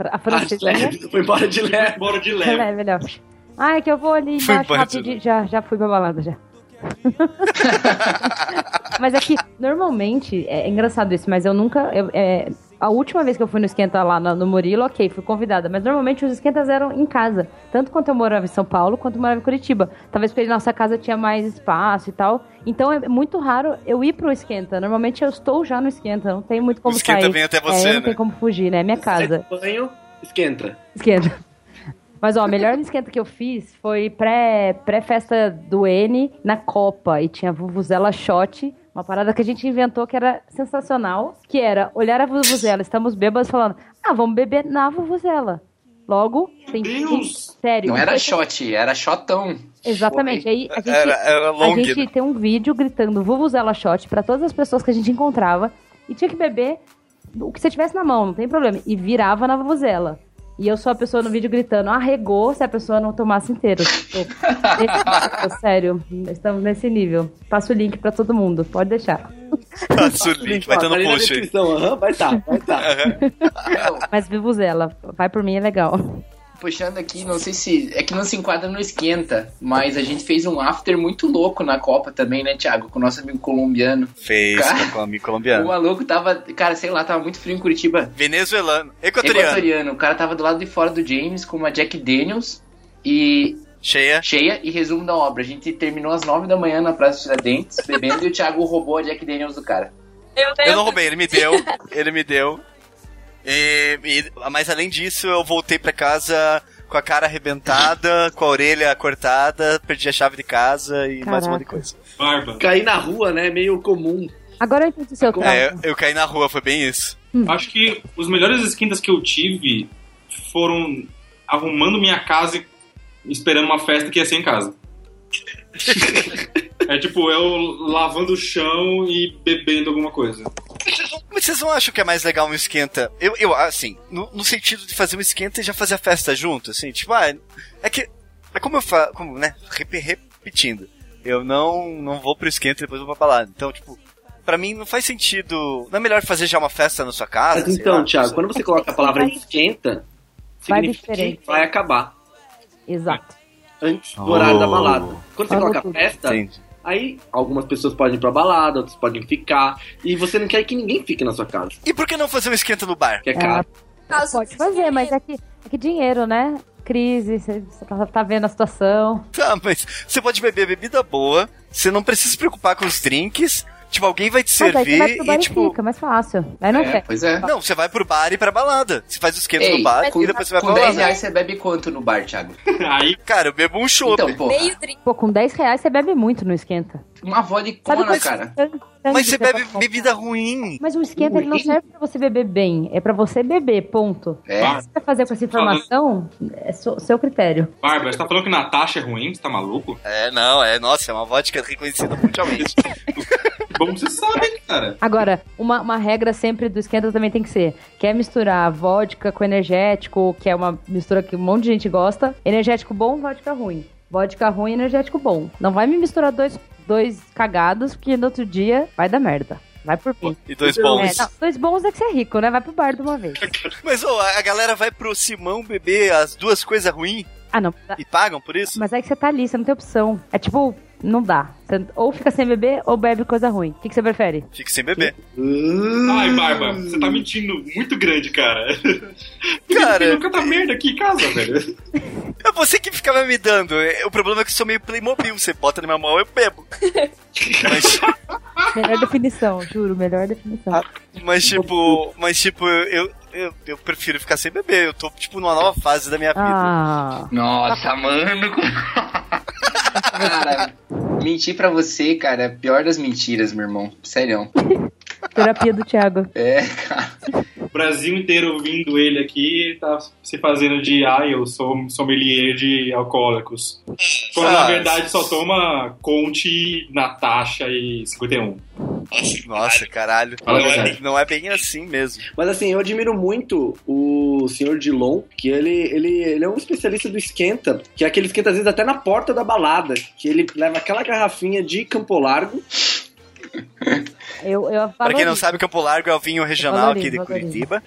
Speaker 6: A
Speaker 2: Ah,
Speaker 6: francesa.
Speaker 2: leve, foi embora de leve.
Speaker 3: Bora de
Speaker 6: de
Speaker 3: leve.
Speaker 6: leve, não. Ah, é que eu vou ali
Speaker 1: Fui
Speaker 6: embaixo
Speaker 1: embora,
Speaker 6: rapidinho. Já, já fui pra balada já. mas é que normalmente, é, é engraçado isso, mas eu nunca. eu- é, a última vez que eu fui no esquenta lá no, no Murilo, ok, fui convidada. Mas normalmente os esquentas eram em casa. Tanto quanto eu morava em São Paulo, quanto eu morava em Curitiba. Talvez porque nossa casa tinha mais espaço e tal. Então é muito raro eu ir pro esquenta. Normalmente eu estou já no esquenta, não tem muito
Speaker 1: O
Speaker 6: como
Speaker 1: esquenta
Speaker 6: sair.
Speaker 1: vem até
Speaker 6: é,
Speaker 1: você,
Speaker 6: não
Speaker 1: né?
Speaker 6: tem como fugir, né? É minha casa.
Speaker 2: Sai do banho, esquenta.
Speaker 6: Esquenta. Mas, ó, a melhor esquenta que eu fiz foi pré- pré-festa do N na Copa. E tinha Vuvuzela Shot, uma parada que a gente inventou que era sensacional, que era olhar a Vuvuzela, estamos bêbados, falando, ah, vamos beber na Vuvuzela. Logo, tem...
Speaker 3: Deus!
Speaker 6: Sério.
Speaker 7: Não era shot, era shotão.
Speaker 6: Exatamente. Aí a gente...
Speaker 1: Era, era
Speaker 6: A
Speaker 1: long. né?
Speaker 6: gente tem um vídeo gritando Vuvuzela Shot pra todas as pessoas que a gente encontrava e tinha que beber o que você tivesse na mão, não tem problema. E virava na Vuvuzela. E eu sou a pessoa no vídeo gritando, arregou se a pessoa não tomasse inteiro. Tipo, esse nível, sério, estamos nesse nível. Passa o link pra todo mundo, pode deixar.
Speaker 1: Passa o link, Tá vai estar no
Speaker 2: ali tá né? na
Speaker 1: post aí.
Speaker 2: descrição, aham, vai tá, vai tá.
Speaker 6: Mas Vuvuzela, vai por mim, é legal.
Speaker 7: Puxando aqui, não sei se. É que não se enquadra no esquenta, mas a gente fez um after muito louco na Copa também, né, Thiago? Com o nosso amigo colombiano.
Speaker 1: Fez
Speaker 7: Cara.
Speaker 1: com o amigo
Speaker 7: O
Speaker 1: colombiano.
Speaker 7: maluco tava. Cara, sei lá, tava muito frio em Curitiba.
Speaker 1: Venezuelano. Equatoriano.
Speaker 7: Equatoriano. O cara tava do lado de fora do James com uma Jack Daniels e
Speaker 1: Cheia.
Speaker 7: cheia. E resumo da obra: a gente terminou às 9 da manhã na Praça Tiradentes, bebendo e o Thiago roubou a Jack Daniels do cara.
Speaker 5: Meu Deus.
Speaker 1: Eu não roubei, ele me deu. Ele me deu. E, e- mas além disso, eu voltei pra casa com a cara arrebentada, com a orelha cortada, perdi a chave de casa e mais um monte de
Speaker 6: Caraca.
Speaker 1: coisa.
Speaker 3: Barba.
Speaker 2: Cair na rua, né, é meio comum.
Speaker 6: Agora eu entendi o seu trauma.
Speaker 1: É, eu, eu caí na rua, foi bem isso.
Speaker 3: Acho que os melhores esquentas que eu tive foram arrumando minha casa e esperando uma festa que ia ser em casa. é tipo, eu lavando o chão e bebendo alguma coisa.
Speaker 1: Mas vocês não acham que é mais legal um esquenta? Eu, eu assim, no, no sentido de fazer um esquenta e já fazer a festa junto, assim, tipo, ah, é que. É como eu falo, como, né? rep- repetindo. Eu não, não vou pro esquenta e depois vou pra balada. Então, tipo, pra mim não faz sentido. Não é melhor fazer já uma festa na sua casa? sei
Speaker 2: Mas
Speaker 1: lá,
Speaker 2: então,
Speaker 1: não
Speaker 2: Thiago,
Speaker 1: sei.
Speaker 2: quando você coloca a palavra esquenta,
Speaker 6: Vai
Speaker 2: significa que
Speaker 6: diferente.
Speaker 2: vai acabar
Speaker 6: Exato.
Speaker 2: antes do horário da
Speaker 10: Oh.
Speaker 2: balada. Quando você
Speaker 6: Falou
Speaker 2: coloca
Speaker 6: tudo.
Speaker 2: festa,
Speaker 1: Entendi.
Speaker 2: aí algumas pessoas podem ir pra balada, outras podem ficar. E você não quer que ninguém fique na sua casa,
Speaker 1: E por que não fazer um esquenta no bar?
Speaker 6: Ah,
Speaker 2: que é caro.
Speaker 6: Pode fazer, mas é que, é que dinheiro, né? Crise, você você tá- tá vendo a situação.
Speaker 1: Tá, mas você pode beber bebida boa, você não precisa se preocupar com os drinks, tipo, alguém vai te
Speaker 6: mas aí você vai
Speaker 1: servir
Speaker 6: pro
Speaker 1: e,
Speaker 6: bar e,
Speaker 1: tipo.
Speaker 6: fica, é mais fácil. Aí não
Speaker 7: É,
Speaker 6: quer.
Speaker 7: pois é.
Speaker 1: Não, você vai pro bar e pra balada. Você faz o esquenta
Speaker 7: Ei,
Speaker 1: no bar
Speaker 5: mas
Speaker 1: e depois você vai pra
Speaker 7: Com 10
Speaker 1: balada.
Speaker 7: reais você bebe quanto no bar, Thiago?
Speaker 3: Aí,
Speaker 1: Cara, eu bebo um chopp.
Speaker 7: Então, pô.
Speaker 5: Meio drink.
Speaker 6: Pô, com 10 reais você bebe muito, não esquenta. é
Speaker 7: uma vodicona,
Speaker 6: quando-
Speaker 7: cara.
Speaker 6: Tanto- tanto
Speaker 1: Mas
Speaker 6: de
Speaker 1: você bebe
Speaker 6: preparação.
Speaker 1: bebida ruim.
Speaker 6: Mas o esquenta ele não serve pra você beber bem, é pra você beber, ponto.
Speaker 7: É.
Speaker 6: O que você vai fazer com essa informação é seu, seu critério.
Speaker 3: Bárbara, você tá falando que Natasha é ruim? Você tá maluco?
Speaker 1: É, não, é, nossa, é uma vodka reconhecida mundialmente.
Speaker 3: Bom, você sabe, cara.
Speaker 6: Agora, uma, uma regra sempre do esquenta também tem que ser: quer misturar vodka com energético, que é uma mistura que um monte de gente gosta. Energético bom, vodka ruim. Vodka ruim, energético bom. Não vai me misturar dois, dois cagados, porque no outro dia vai dar merda. Vai por mim.
Speaker 1: E dois
Speaker 6: É,
Speaker 1: bons.
Speaker 6: não, dois bons é que você é rico, né? Vai pro bar de uma vez.
Speaker 1: Mas ô, a a galera vai pro Simão beber as duas coisas ruins
Speaker 6: Ah, não.
Speaker 1: e pagam por isso?
Speaker 6: Mas aí que você tá ali, você não tem opção. É tipo, não dá. Você ou fica sem beber ou bebe coisa ruim. O que, que você prefere?
Speaker 1: Fica sem beber.
Speaker 3: Ai, Bárbara, você tá mentindo muito grande, cara. Tem
Speaker 1: Cara,
Speaker 3: nunca tá merda aqui em casa, velho.
Speaker 1: é você que ficava me dando. É, O problema é que eu sou meio Playmobil. Você bota na minha mão, eu bebo. mas,
Speaker 6: Melhor definição, juro, melhor definição.
Speaker 1: mas tipo, mas tipo, eu, eu, eu prefiro ficar sem beber. Eu tô, tipo, numa nova fase da minha vida.
Speaker 6: Ah,
Speaker 7: Nossa, mano. cara, mentir pra você, cara, é a pior das mentiras, meu irmão. Sério.
Speaker 6: Ah, terapia do Thiago.
Speaker 7: É, cara.
Speaker 3: O Brasil inteiro ouvindo ele aqui tá se fazendo de ai, eu sou sommelier de alcoólicos. Quando na
Speaker 1: Ah.
Speaker 3: verdade só toma Conte, Natasha e 51.
Speaker 1: Nossa, caralho.
Speaker 3: Fala a
Speaker 1: Não é,
Speaker 3: verdade.
Speaker 1: não é bem assim mesmo.
Speaker 2: Mas assim, eu admiro muito o senhor Dilon, que ele, ele, ele é um especialista do esquenta, que é aquele esquenta às vezes até na porta da balada, que ele leva aquela garrafinha de campo largo.
Speaker 6: Eu, assim, eu
Speaker 1: Pra quem não
Speaker 6: valorizo.
Speaker 1: sabe, Campo Largo é o vinho regional
Speaker 6: Valorizo,
Speaker 1: aqui de
Speaker 6: valorizo.
Speaker 1: Curitiba.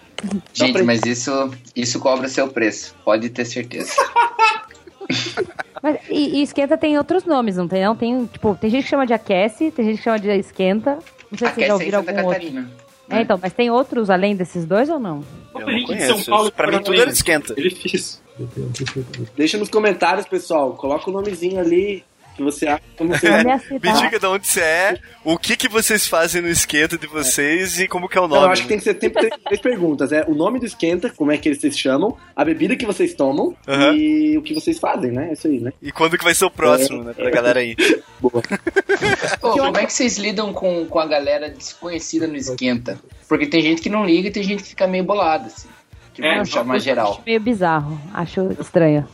Speaker 7: Gente,
Speaker 2: pra-
Speaker 7: mas isso, isso cobra seu preço. Pode ter certeza.
Speaker 6: Mas, e, e esquenta tem outros nomes, não tem? Não tem, tipo, tem gente que chama de aquece, tem gente que chama de esquenta. Não sei se vocês já
Speaker 7: Aquece aí em
Speaker 6: ouviram
Speaker 7: Santa
Speaker 6: algum outro.
Speaker 7: Catarina.
Speaker 6: É, então, mas tem outros além desses dois ou não?
Speaker 1: Eu
Speaker 3: Gente
Speaker 1: não
Speaker 3: de
Speaker 1: conheço. pra mim tudo era esquenta.
Speaker 3: É difícil.
Speaker 2: Deixa nos comentários, pessoal. Coloca o nomezinho ali que você acha como
Speaker 1: É,
Speaker 2: você.
Speaker 6: Não me
Speaker 1: Me
Speaker 6: aceitar.
Speaker 1: diga de onde você é, o que, que vocês fazem no esquenta de vocês e como que é o
Speaker 2: Não,
Speaker 1: nome.
Speaker 2: eu acho que tem que ser sempre três- três perguntas. É o nome do esquenta, como é que eles se chamam, a bebida que vocês tomam
Speaker 1: Aham.
Speaker 2: e o que vocês fazem, né? É isso aí, né?
Speaker 1: E quando que vai ser o próximo, né? Pra galera aí.
Speaker 7: Pô, como é que vocês lidam com, com a galera desconhecida no esquenta? Porque tem gente que não liga e tem gente que fica meio bolada, assim. Tipo,
Speaker 3: É,
Speaker 7: vamos chamar geral.
Speaker 6: Acho meio bizarro, acho estranho.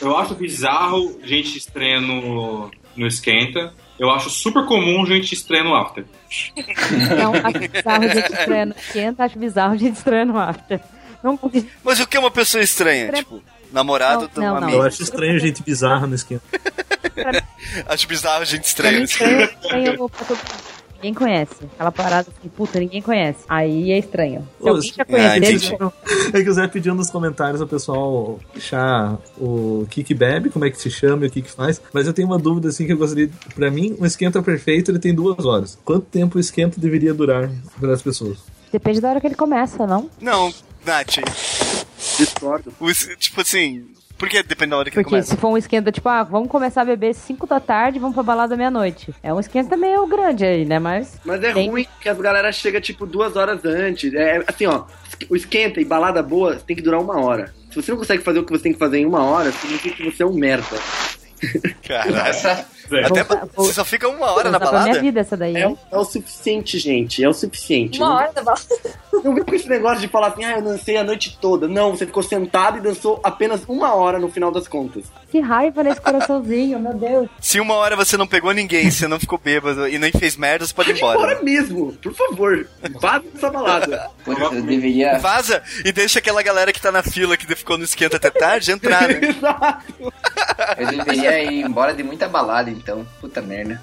Speaker 3: Eu acho bizarro gente estranha no, no esquenta. Eu acho super comum gente estranha no after.
Speaker 6: Não, acho É um bizarro gente estranha no esquenta, acho bizarro gente estranha no after. Não,
Speaker 1: Mas o que é uma pessoa estranha?
Speaker 6: Tre-
Speaker 1: Tipo, namorado
Speaker 6: Não,
Speaker 1: de um
Speaker 6: não, não.
Speaker 1: amigo.
Speaker 8: Eu acho estranho gente bizarra no esquema.
Speaker 1: Acho bizarro gente
Speaker 6: pra mim
Speaker 1: estranha.
Speaker 6: estranho, estranho eu vou pra todo mundo. é Ninguém conhece. Aquela parada assim, puta, ninguém conhece. Aí é estranho. Se
Speaker 8: Ô,
Speaker 6: alguém já
Speaker 1: Ah, entendi.
Speaker 6: conhece,
Speaker 8: É que o Zé pediu nos comentários ao pessoal deixar o que que bebe, como é que se chama e o que que faz. Mas eu tenho uma dúvida assim que eu gostaria. Pra mim, um esquenta perfeito ele tem duas horas. Quanto tempo o esquenta deveria durar para as pessoas?
Speaker 6: depende da hora que ele começa, não?
Speaker 1: Não, Nath.
Speaker 2: Discordo.
Speaker 1: o es- tipo assim, porque depende da hora que
Speaker 6: Porque
Speaker 1: começa.
Speaker 6: se for um esquenta, tipo, ah, vamos começar a beber 5 da tarde, vamos pra balada meia-noite. É um esquenta meio grande aí, né? Mas.
Speaker 2: Mas é
Speaker 6: Tem-
Speaker 2: ruim que as galera chega tipo duas horas antes. É assim, ó. O esquenta e balada boa tem que durar uma hora. Se você não consegue fazer o que você tem que fazer em uma hora, significa que você é um merda.
Speaker 1: Caralho.
Speaker 7: Essa-
Speaker 1: Até
Speaker 6: Vou-
Speaker 1: ba-
Speaker 6: vou-
Speaker 1: Você só fica uma hora
Speaker 6: Vou
Speaker 1: na
Speaker 6: usar pra minha
Speaker 1: balada?
Speaker 6: vida essa daí.
Speaker 2: É,
Speaker 6: hein?
Speaker 2: o- é o suficiente, gente. É o suficiente.
Speaker 5: Uma hora da balada.
Speaker 2: Não, não vem com esse negócio de falar assim, ah, eu dancei a noite toda. Não, você ficou sentado e dançou apenas uma hora no final das contas.
Speaker 6: Que raiva nesse coraçãozinho, meu Deus.
Speaker 1: Se uma hora você não pegou ninguém, você não ficou bêbado e nem fez merda, você pode ir embora.
Speaker 2: Fora mesmo, por favor. Vá dessa balada.
Speaker 7: Putz, eu deveria.
Speaker 1: Vaza e deixa aquela galera que tá na fila que ficou no esquenta até tarde entrar, né?
Speaker 2: Exato.
Speaker 7: Eu deveria ir embora de muita balada, então. Puta merda.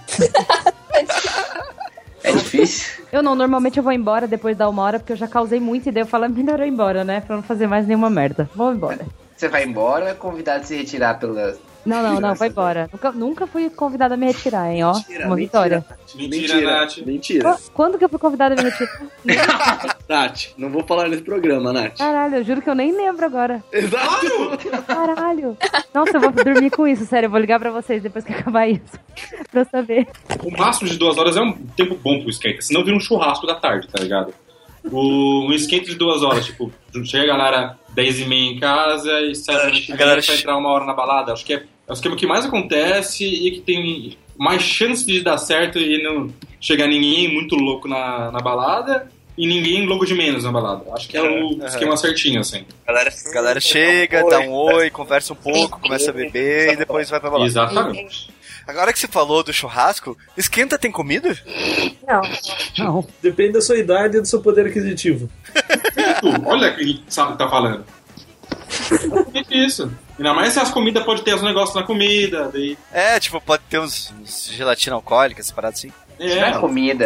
Speaker 7: é difícil.
Speaker 6: Eu não, normalmente eu vou embora depois da uma hora, porque eu já causei muito e daí eu falo, é melhor eu ir embora, né? Pra não fazer mais nenhuma merda. Vou embora.
Speaker 7: Você vai embora ou é convidado a se retirar pela.
Speaker 6: Não, não, não, vou embora. Nunca, nunca fui convidada a me retirar, hein? Ó, uma vitória.
Speaker 3: Mentira, Nath.
Speaker 2: Mentira.
Speaker 5: Ah.
Speaker 6: Quando que eu fui convidada a me retirar?
Speaker 2: Nath, não vou falar nesse programa, Nath.
Speaker 5: Ah.
Speaker 6: Caralho, eu juro que eu nem lembro agora.
Speaker 2: Exato.
Speaker 6: Caralho. Nossa, eu vou dormir com isso, sério. Eu vou ligar pra vocês depois que acabar isso. pra eu saber.
Speaker 3: O máximo de duas horas é um tempo bom pro esquenta, senão vira um churrasco da tarde, tá ligado? O, um esquenta de duas horas, tipo, chega a galera 10 e meia em casa e sai
Speaker 1: Galera,
Speaker 3: noite e meia
Speaker 1: galera,
Speaker 3: pra entrar uma hora na balada. Acho que é, é o esquema que mais acontece e que tem mais chance de dar certo e não chegar ninguém muito louco na, na balada e ninguém louco de menos na balada. Acho que é o
Speaker 1: Aham.
Speaker 3: esquema certinho, assim.
Speaker 1: Galera, galera chega, dá um oi, conversa um pouco, começa a beber e depois vai pra balada.
Speaker 3: Exatamente.
Speaker 1: Agora que você falou do churrasco, esquenta tem comida?
Speaker 5: Não.
Speaker 6: Não.
Speaker 8: Depende da sua idade e do seu poder aquisitivo.
Speaker 3: Tipo, Olha quem sabe o que tá falando. É isso. Ainda mais se as comidas podem ter os negócios na comida. Daí...
Speaker 1: É, tipo, pode ter uns, uns gelatina alcoólica, essas paradas assim.
Speaker 7: Isso
Speaker 3: né?
Speaker 7: não é comida.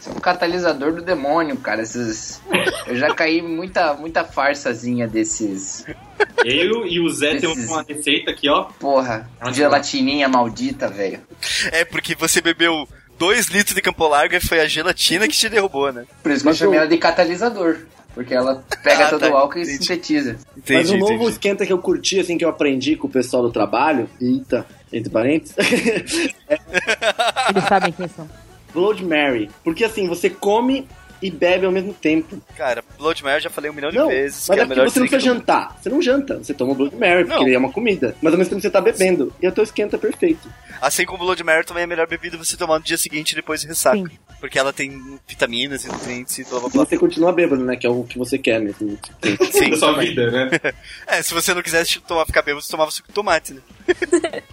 Speaker 7: Isso é um catalisador do demônio, cara. Esses... Eu já caí muita, muita farsazinha desses.
Speaker 3: Eu e o Zé temos uma receita aqui, ó.
Speaker 7: Porra, gelatininha maldita, velho.
Speaker 1: É porque você bebeu 2 litros de Campo Largo e foi a gelatina que te derrubou, né?
Speaker 7: Por isso que eu chamei ela de catalisador. Porque ela pega todo o álcool e sintetiza.
Speaker 2: Mas um novo esquenta que eu curti, assim, que eu aprendi com o pessoal do trabalho, eita, entre parênteses,
Speaker 6: Eles sabem quem são.
Speaker 2: Blood Mary. Porque assim, você come e bebe ao mesmo tempo.
Speaker 1: Cara, Blood Mary eu já falei um milhão de
Speaker 2: Não,
Speaker 1: vezes.
Speaker 2: mas
Speaker 1: que
Speaker 2: é
Speaker 1: é a
Speaker 2: porque
Speaker 1: melhor
Speaker 2: você não precisa
Speaker 1: drink do-
Speaker 2: jantar. Você não janta, você toma Blood Mary, porque
Speaker 1: Não.
Speaker 2: é uma comida. Mas ao mesmo tempo você tá bebendo. E o teu esquenta é perfeito.
Speaker 1: Assim como Blood Mary também é a melhor bebida você tomar no dia seguinte depois de ressaca. Porque ela tem vitaminas e nutrientes e blá blá
Speaker 2: Se
Speaker 1: blá.
Speaker 2: você continua bêbado, né? Que é o que você quer mesmo.
Speaker 1: Sim,
Speaker 3: da sua
Speaker 1: também.
Speaker 3: vida, né?
Speaker 1: É, se você não quisesse tomar, ficar bêbado, você tomava suco de tomate, né?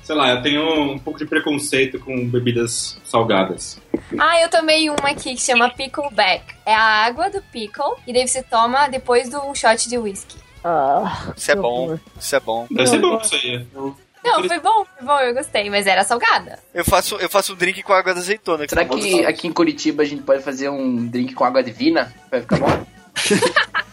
Speaker 3: Sei lá, eu tenho um pouco de preconceito com bebidas salgadas.
Speaker 5: Ah, eu tomei uma aqui que chama Pickleback. É a água do pickle e daí você toma depois do um shot de whisky.
Speaker 1: Isso é bom, isso é bom.
Speaker 3: Deve ser bom isso aí.
Speaker 5: Não, foi bom, foi bom, eu gostei, mas era salgada.
Speaker 1: Eu faço, eu faço um drink com água da azeitona.
Speaker 7: Será
Speaker 1: tá bom,
Speaker 7: que
Speaker 1: tá?
Speaker 7: aqui em Curitiba a gente pode fazer um drink com água divina? Vai ficar bom?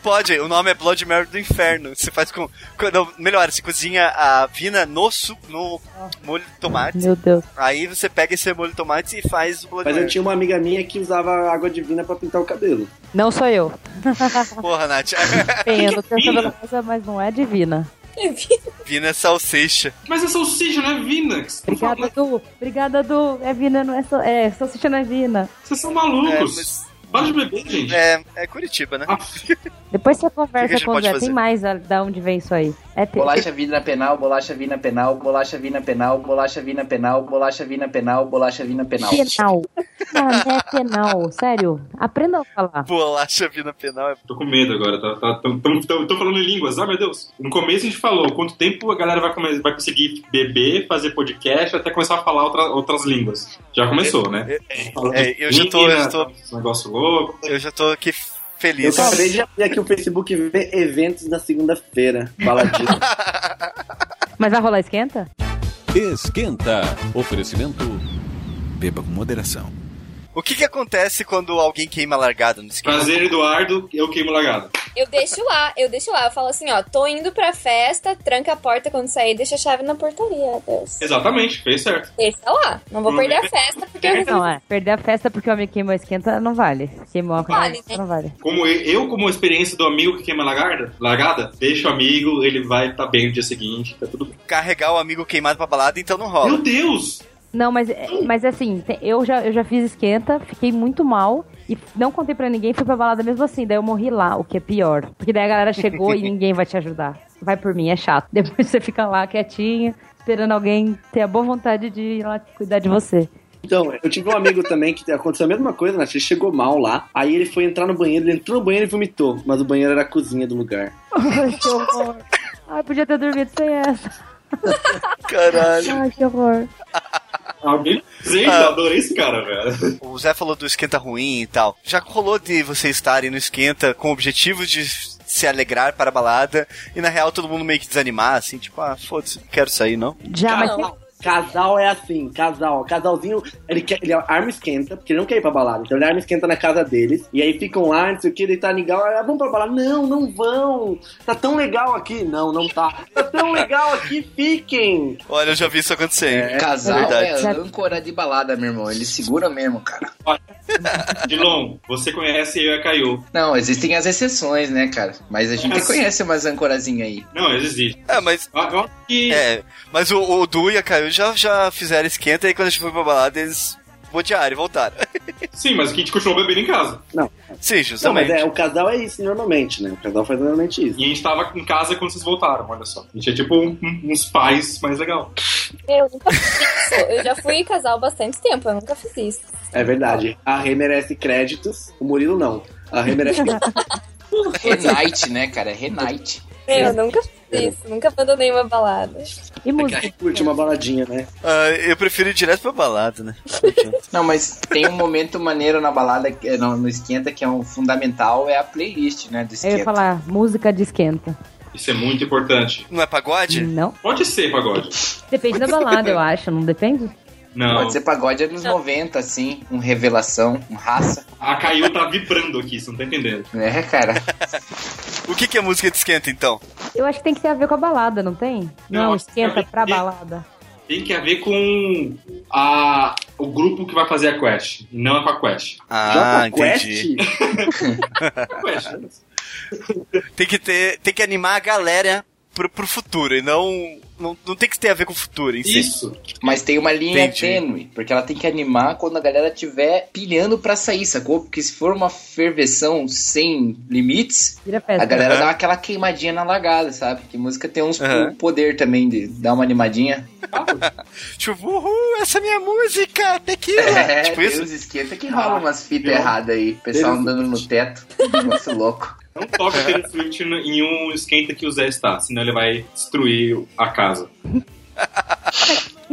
Speaker 1: Pode, o nome é Blood Mary do Inferno. Você faz com. com- não, melhor, você cozinha a vina no, su, no molho de tomate.
Speaker 6: Meu Deus.
Speaker 1: Aí você pega esse molho de tomate e faz o Blood
Speaker 2: Mas eu
Speaker 1: Mary.
Speaker 2: tinha uma amiga minha que usava água divina pra pintar o cabelo.
Speaker 6: Não sou eu.
Speaker 2: tipo-
Speaker 1: Porra, Nath.
Speaker 6: Bem, eu tô
Speaker 3: Divina?
Speaker 6: tentando coisa, mas não é divina.
Speaker 1: vina é salsicha.
Speaker 3: Mas é salsicha, não é Vinax.
Speaker 6: Obrigada, Du. Obrigada, Du. É Vina, não é só. É, só assistir na Vina.
Speaker 3: Vocês são
Speaker 1: É,
Speaker 3: malucos.
Speaker 1: mas-
Speaker 3: Para de beber, gente.
Speaker 1: é, é Curitiba, né?
Speaker 6: Depois você
Speaker 1: O que a
Speaker 6: conversa
Speaker 1: gente
Speaker 6: com o
Speaker 1: pode
Speaker 6: Zé.
Speaker 1: fazer?
Speaker 6: Tem mais a- da onde vem isso aí. É te-
Speaker 7: Bolacha vina penal, bolacha vina penal, bolacha vina penal, bolacha vina penal, bolacha vina penal, bolacha vina penal.
Speaker 6: penal. é Não, não é penal. Sério. Aprenda a falar.
Speaker 1: Bolacha vina penal é.
Speaker 3: Tô com medo agora, tá, tá, tão, tão, tão- tão falando em línguas, ah, meu Deus. No começo a gente falou quanto tempo a galera vai, come- vai conseguir beber, fazer podcast, até começar a falar outra- outras línguas. Já começou, né?
Speaker 1: é, eu já tô- eu já tô-
Speaker 3: Esse negócio louco.
Speaker 1: Eu já tô aqui
Speaker 2: Eu
Speaker 1: feliz.
Speaker 2: acabei de abrir aqui o Facebook e ver eventos na segunda-feira. Baladinho.
Speaker 6: Mas vai rolar esquenta?
Speaker 10: Esquenta. Oferecimento. Beba com moderação.
Speaker 1: O que que acontece quando alguém queima a largada no esquema?
Speaker 3: Prazer, Eduardo, eu queimo lagado.
Speaker 5: Eu deixo lá, eu deixo lá. Eu falo assim, ó, tô indo pra festa, tranca a porta quando sair e deixa a chave na portaria, Deus.
Speaker 3: Exatamente, fez certo.
Speaker 5: Deixa lá. Não vou perder a festa porque eu
Speaker 6: Não, é. Perder a festa porque o amigo queimou a esquenta não vale. Queimou a
Speaker 5: Vale,
Speaker 6: esquenta não vale.
Speaker 3: Como eu, eu, como experiência do amigo que queima lagarda, largada, deixa o amigo, ele vai estar tá bem no dia seguinte, tá tudo bem.
Speaker 1: Carregar o amigo queimado pra balada, então não rola.
Speaker 3: Meu Deus!
Speaker 6: Não, mas, mas assim, te- eu já, eu já fiz esquenta, fiquei muito mal e não contei pra ninguém, fui pra balada mesmo assim. Daí eu morri lá, o que é pior. Porque daí a galera chegou e ninguém vai te ajudar. Vai por mim, é chato. Depois você fica lá quietinha, esperando alguém ter a boa vontade de ir lá cuidar de você.
Speaker 2: Então, eu tive um amigo também que aconteceu a mesma coisa, né? Ele chegou mal lá, aí ele foi entrar no banheiro, ele entrou no banheiro e vomitou, mas o banheiro era a cozinha do lugar.
Speaker 6: Ai, que horror. Ai, podia ter dormido sem essa.
Speaker 1: Caralho.
Speaker 6: Ai, que horror.
Speaker 3: Alguém? Gente,
Speaker 1: Ah.
Speaker 3: eu adorei esse cara, velho.
Speaker 1: O Zé falou do esquenta ruim e tal. Já rolou de vocês estarem no esquenta com o objetivo de se alegrar para a balada e na real todo mundo meio que desanimar, assim, tipo, ah, foda-se, não quero sair não.
Speaker 6: Já,
Speaker 5: Não.
Speaker 6: mas tem-
Speaker 2: Casal é assim, casal. Casalzinho, ele, quer, ele é arma e esquenta, porque ele não quer ir pra balada. Então ele arma e esquenta na casa deles. E aí ficam lá, não sei o que, ele tá legal. Ah, vamos pra balada. Não, não vão. Tá tão legal aqui. Não, não tá. Tá tão legal aqui, fiquem.
Speaker 1: Olha, eu já vi isso acontecer. hein?
Speaker 7: Casal
Speaker 1: Verdade.
Speaker 7: é âncora de balada, meu irmão. Ele segura mesmo, cara.
Speaker 3: Dilon, você conhece eu e a Caio.
Speaker 7: Não, existem as exceções, né, cara? Mas a gente
Speaker 3: Mas-
Speaker 7: conhece umas ancorazinhas aí.
Speaker 3: Não, eles existem.
Speaker 1: É, mas.
Speaker 3: Eu- eu acho que-
Speaker 1: É, mas o, o Du e a Caio já, já fizeram esquenta e quando a gente foi pra balada, eles bodearam e voltaram.
Speaker 3: Sim, mas que a gente continuou bebendo em casa.
Speaker 1: Sim,
Speaker 2: Não, mas
Speaker 1: justamente.
Speaker 2: é, o casal é isso normalmente, né? O casal faz normalmente isso.
Speaker 3: E a gente tava em casa quando vocês voltaram, olha só. A gente é tipo um- um- uns pais mais legal.
Speaker 5: Eu nunca fiz isso. Eu já fui casal há bastante tempo, eu nunca fiz isso.
Speaker 2: É verdade. A Rê merece créditos, o Murilo não. A Rê merece
Speaker 7: Renite, né, cara? É Renite.
Speaker 5: Eu nunca fiz isso, nunca abandonei uma balada.
Speaker 6: E
Speaker 2: música? Curte uma baladinha, né?
Speaker 1: Ah, eu prefiro ir direto pra balada, né?
Speaker 7: Não, mas tem um momento maneiro na balada, que- eh, no, no esquenta, que é um fundamental, é a playlist, né, do
Speaker 6: Eu
Speaker 7: esquenta.
Speaker 6: ia falar, música de esquenta.
Speaker 3: Isso é muito importante.
Speaker 1: Não é pagode?
Speaker 6: Não.
Speaker 3: Pode ser pagode.
Speaker 6: Depende da balada, eu acho, não depende?
Speaker 3: Não.
Speaker 7: Pode ser pagode anos 90, assim, um revelação, um raça,
Speaker 3: A Caio tá vibrando aqui, você não tá entendendo.
Speaker 7: né, cara?
Speaker 1: O que, que é música de esquenta, então?
Speaker 6: Eu acho que tem que ter a ver com a balada, não tem?
Speaker 3: Não,
Speaker 6: Não,
Speaker 3: acho que
Speaker 6: esquenta
Speaker 3: tem
Speaker 6: pra
Speaker 3: que ter.
Speaker 6: balada.
Speaker 3: Tem que haver com a, o grupo que vai fazer a quest. Não é com a quest. É
Speaker 1: Ah,
Speaker 2: Jota Quest?
Speaker 1: entendi.
Speaker 3: A quest. né?
Speaker 1: Tem que ter. Tem que animar a galera pro, pro futuro e não, não. Não tem que ter a ver com o futuro em si.
Speaker 3: Isso.
Speaker 7: Mas tem uma linha
Speaker 1: Entendi.
Speaker 7: tênue, porque ela tem que animar quando a galera tiver pilhando pra sair, sacou? Porque se for uma ferveção sem limites,
Speaker 6: Vira
Speaker 7: a
Speaker 6: festa.
Speaker 7: galera
Speaker 1: Aham.
Speaker 7: dá aquela queimadinha na largada, sabe? Que música tem uns
Speaker 1: Aham.
Speaker 7: poder também de dar uma animadinha.
Speaker 1: Tipo, uhul, essa é minha música, tequila.
Speaker 7: É,
Speaker 1: tipo
Speaker 7: tem
Speaker 1: isso?
Speaker 7: uns esquenta que rola umas fitas erradas aí, pessoal
Speaker 2: Deus.
Speaker 7: andando no teto, um negócio louco.
Speaker 3: Não toca o Taylor Swift em um esquenta que o Zé está, senão ele vai destruir a casa.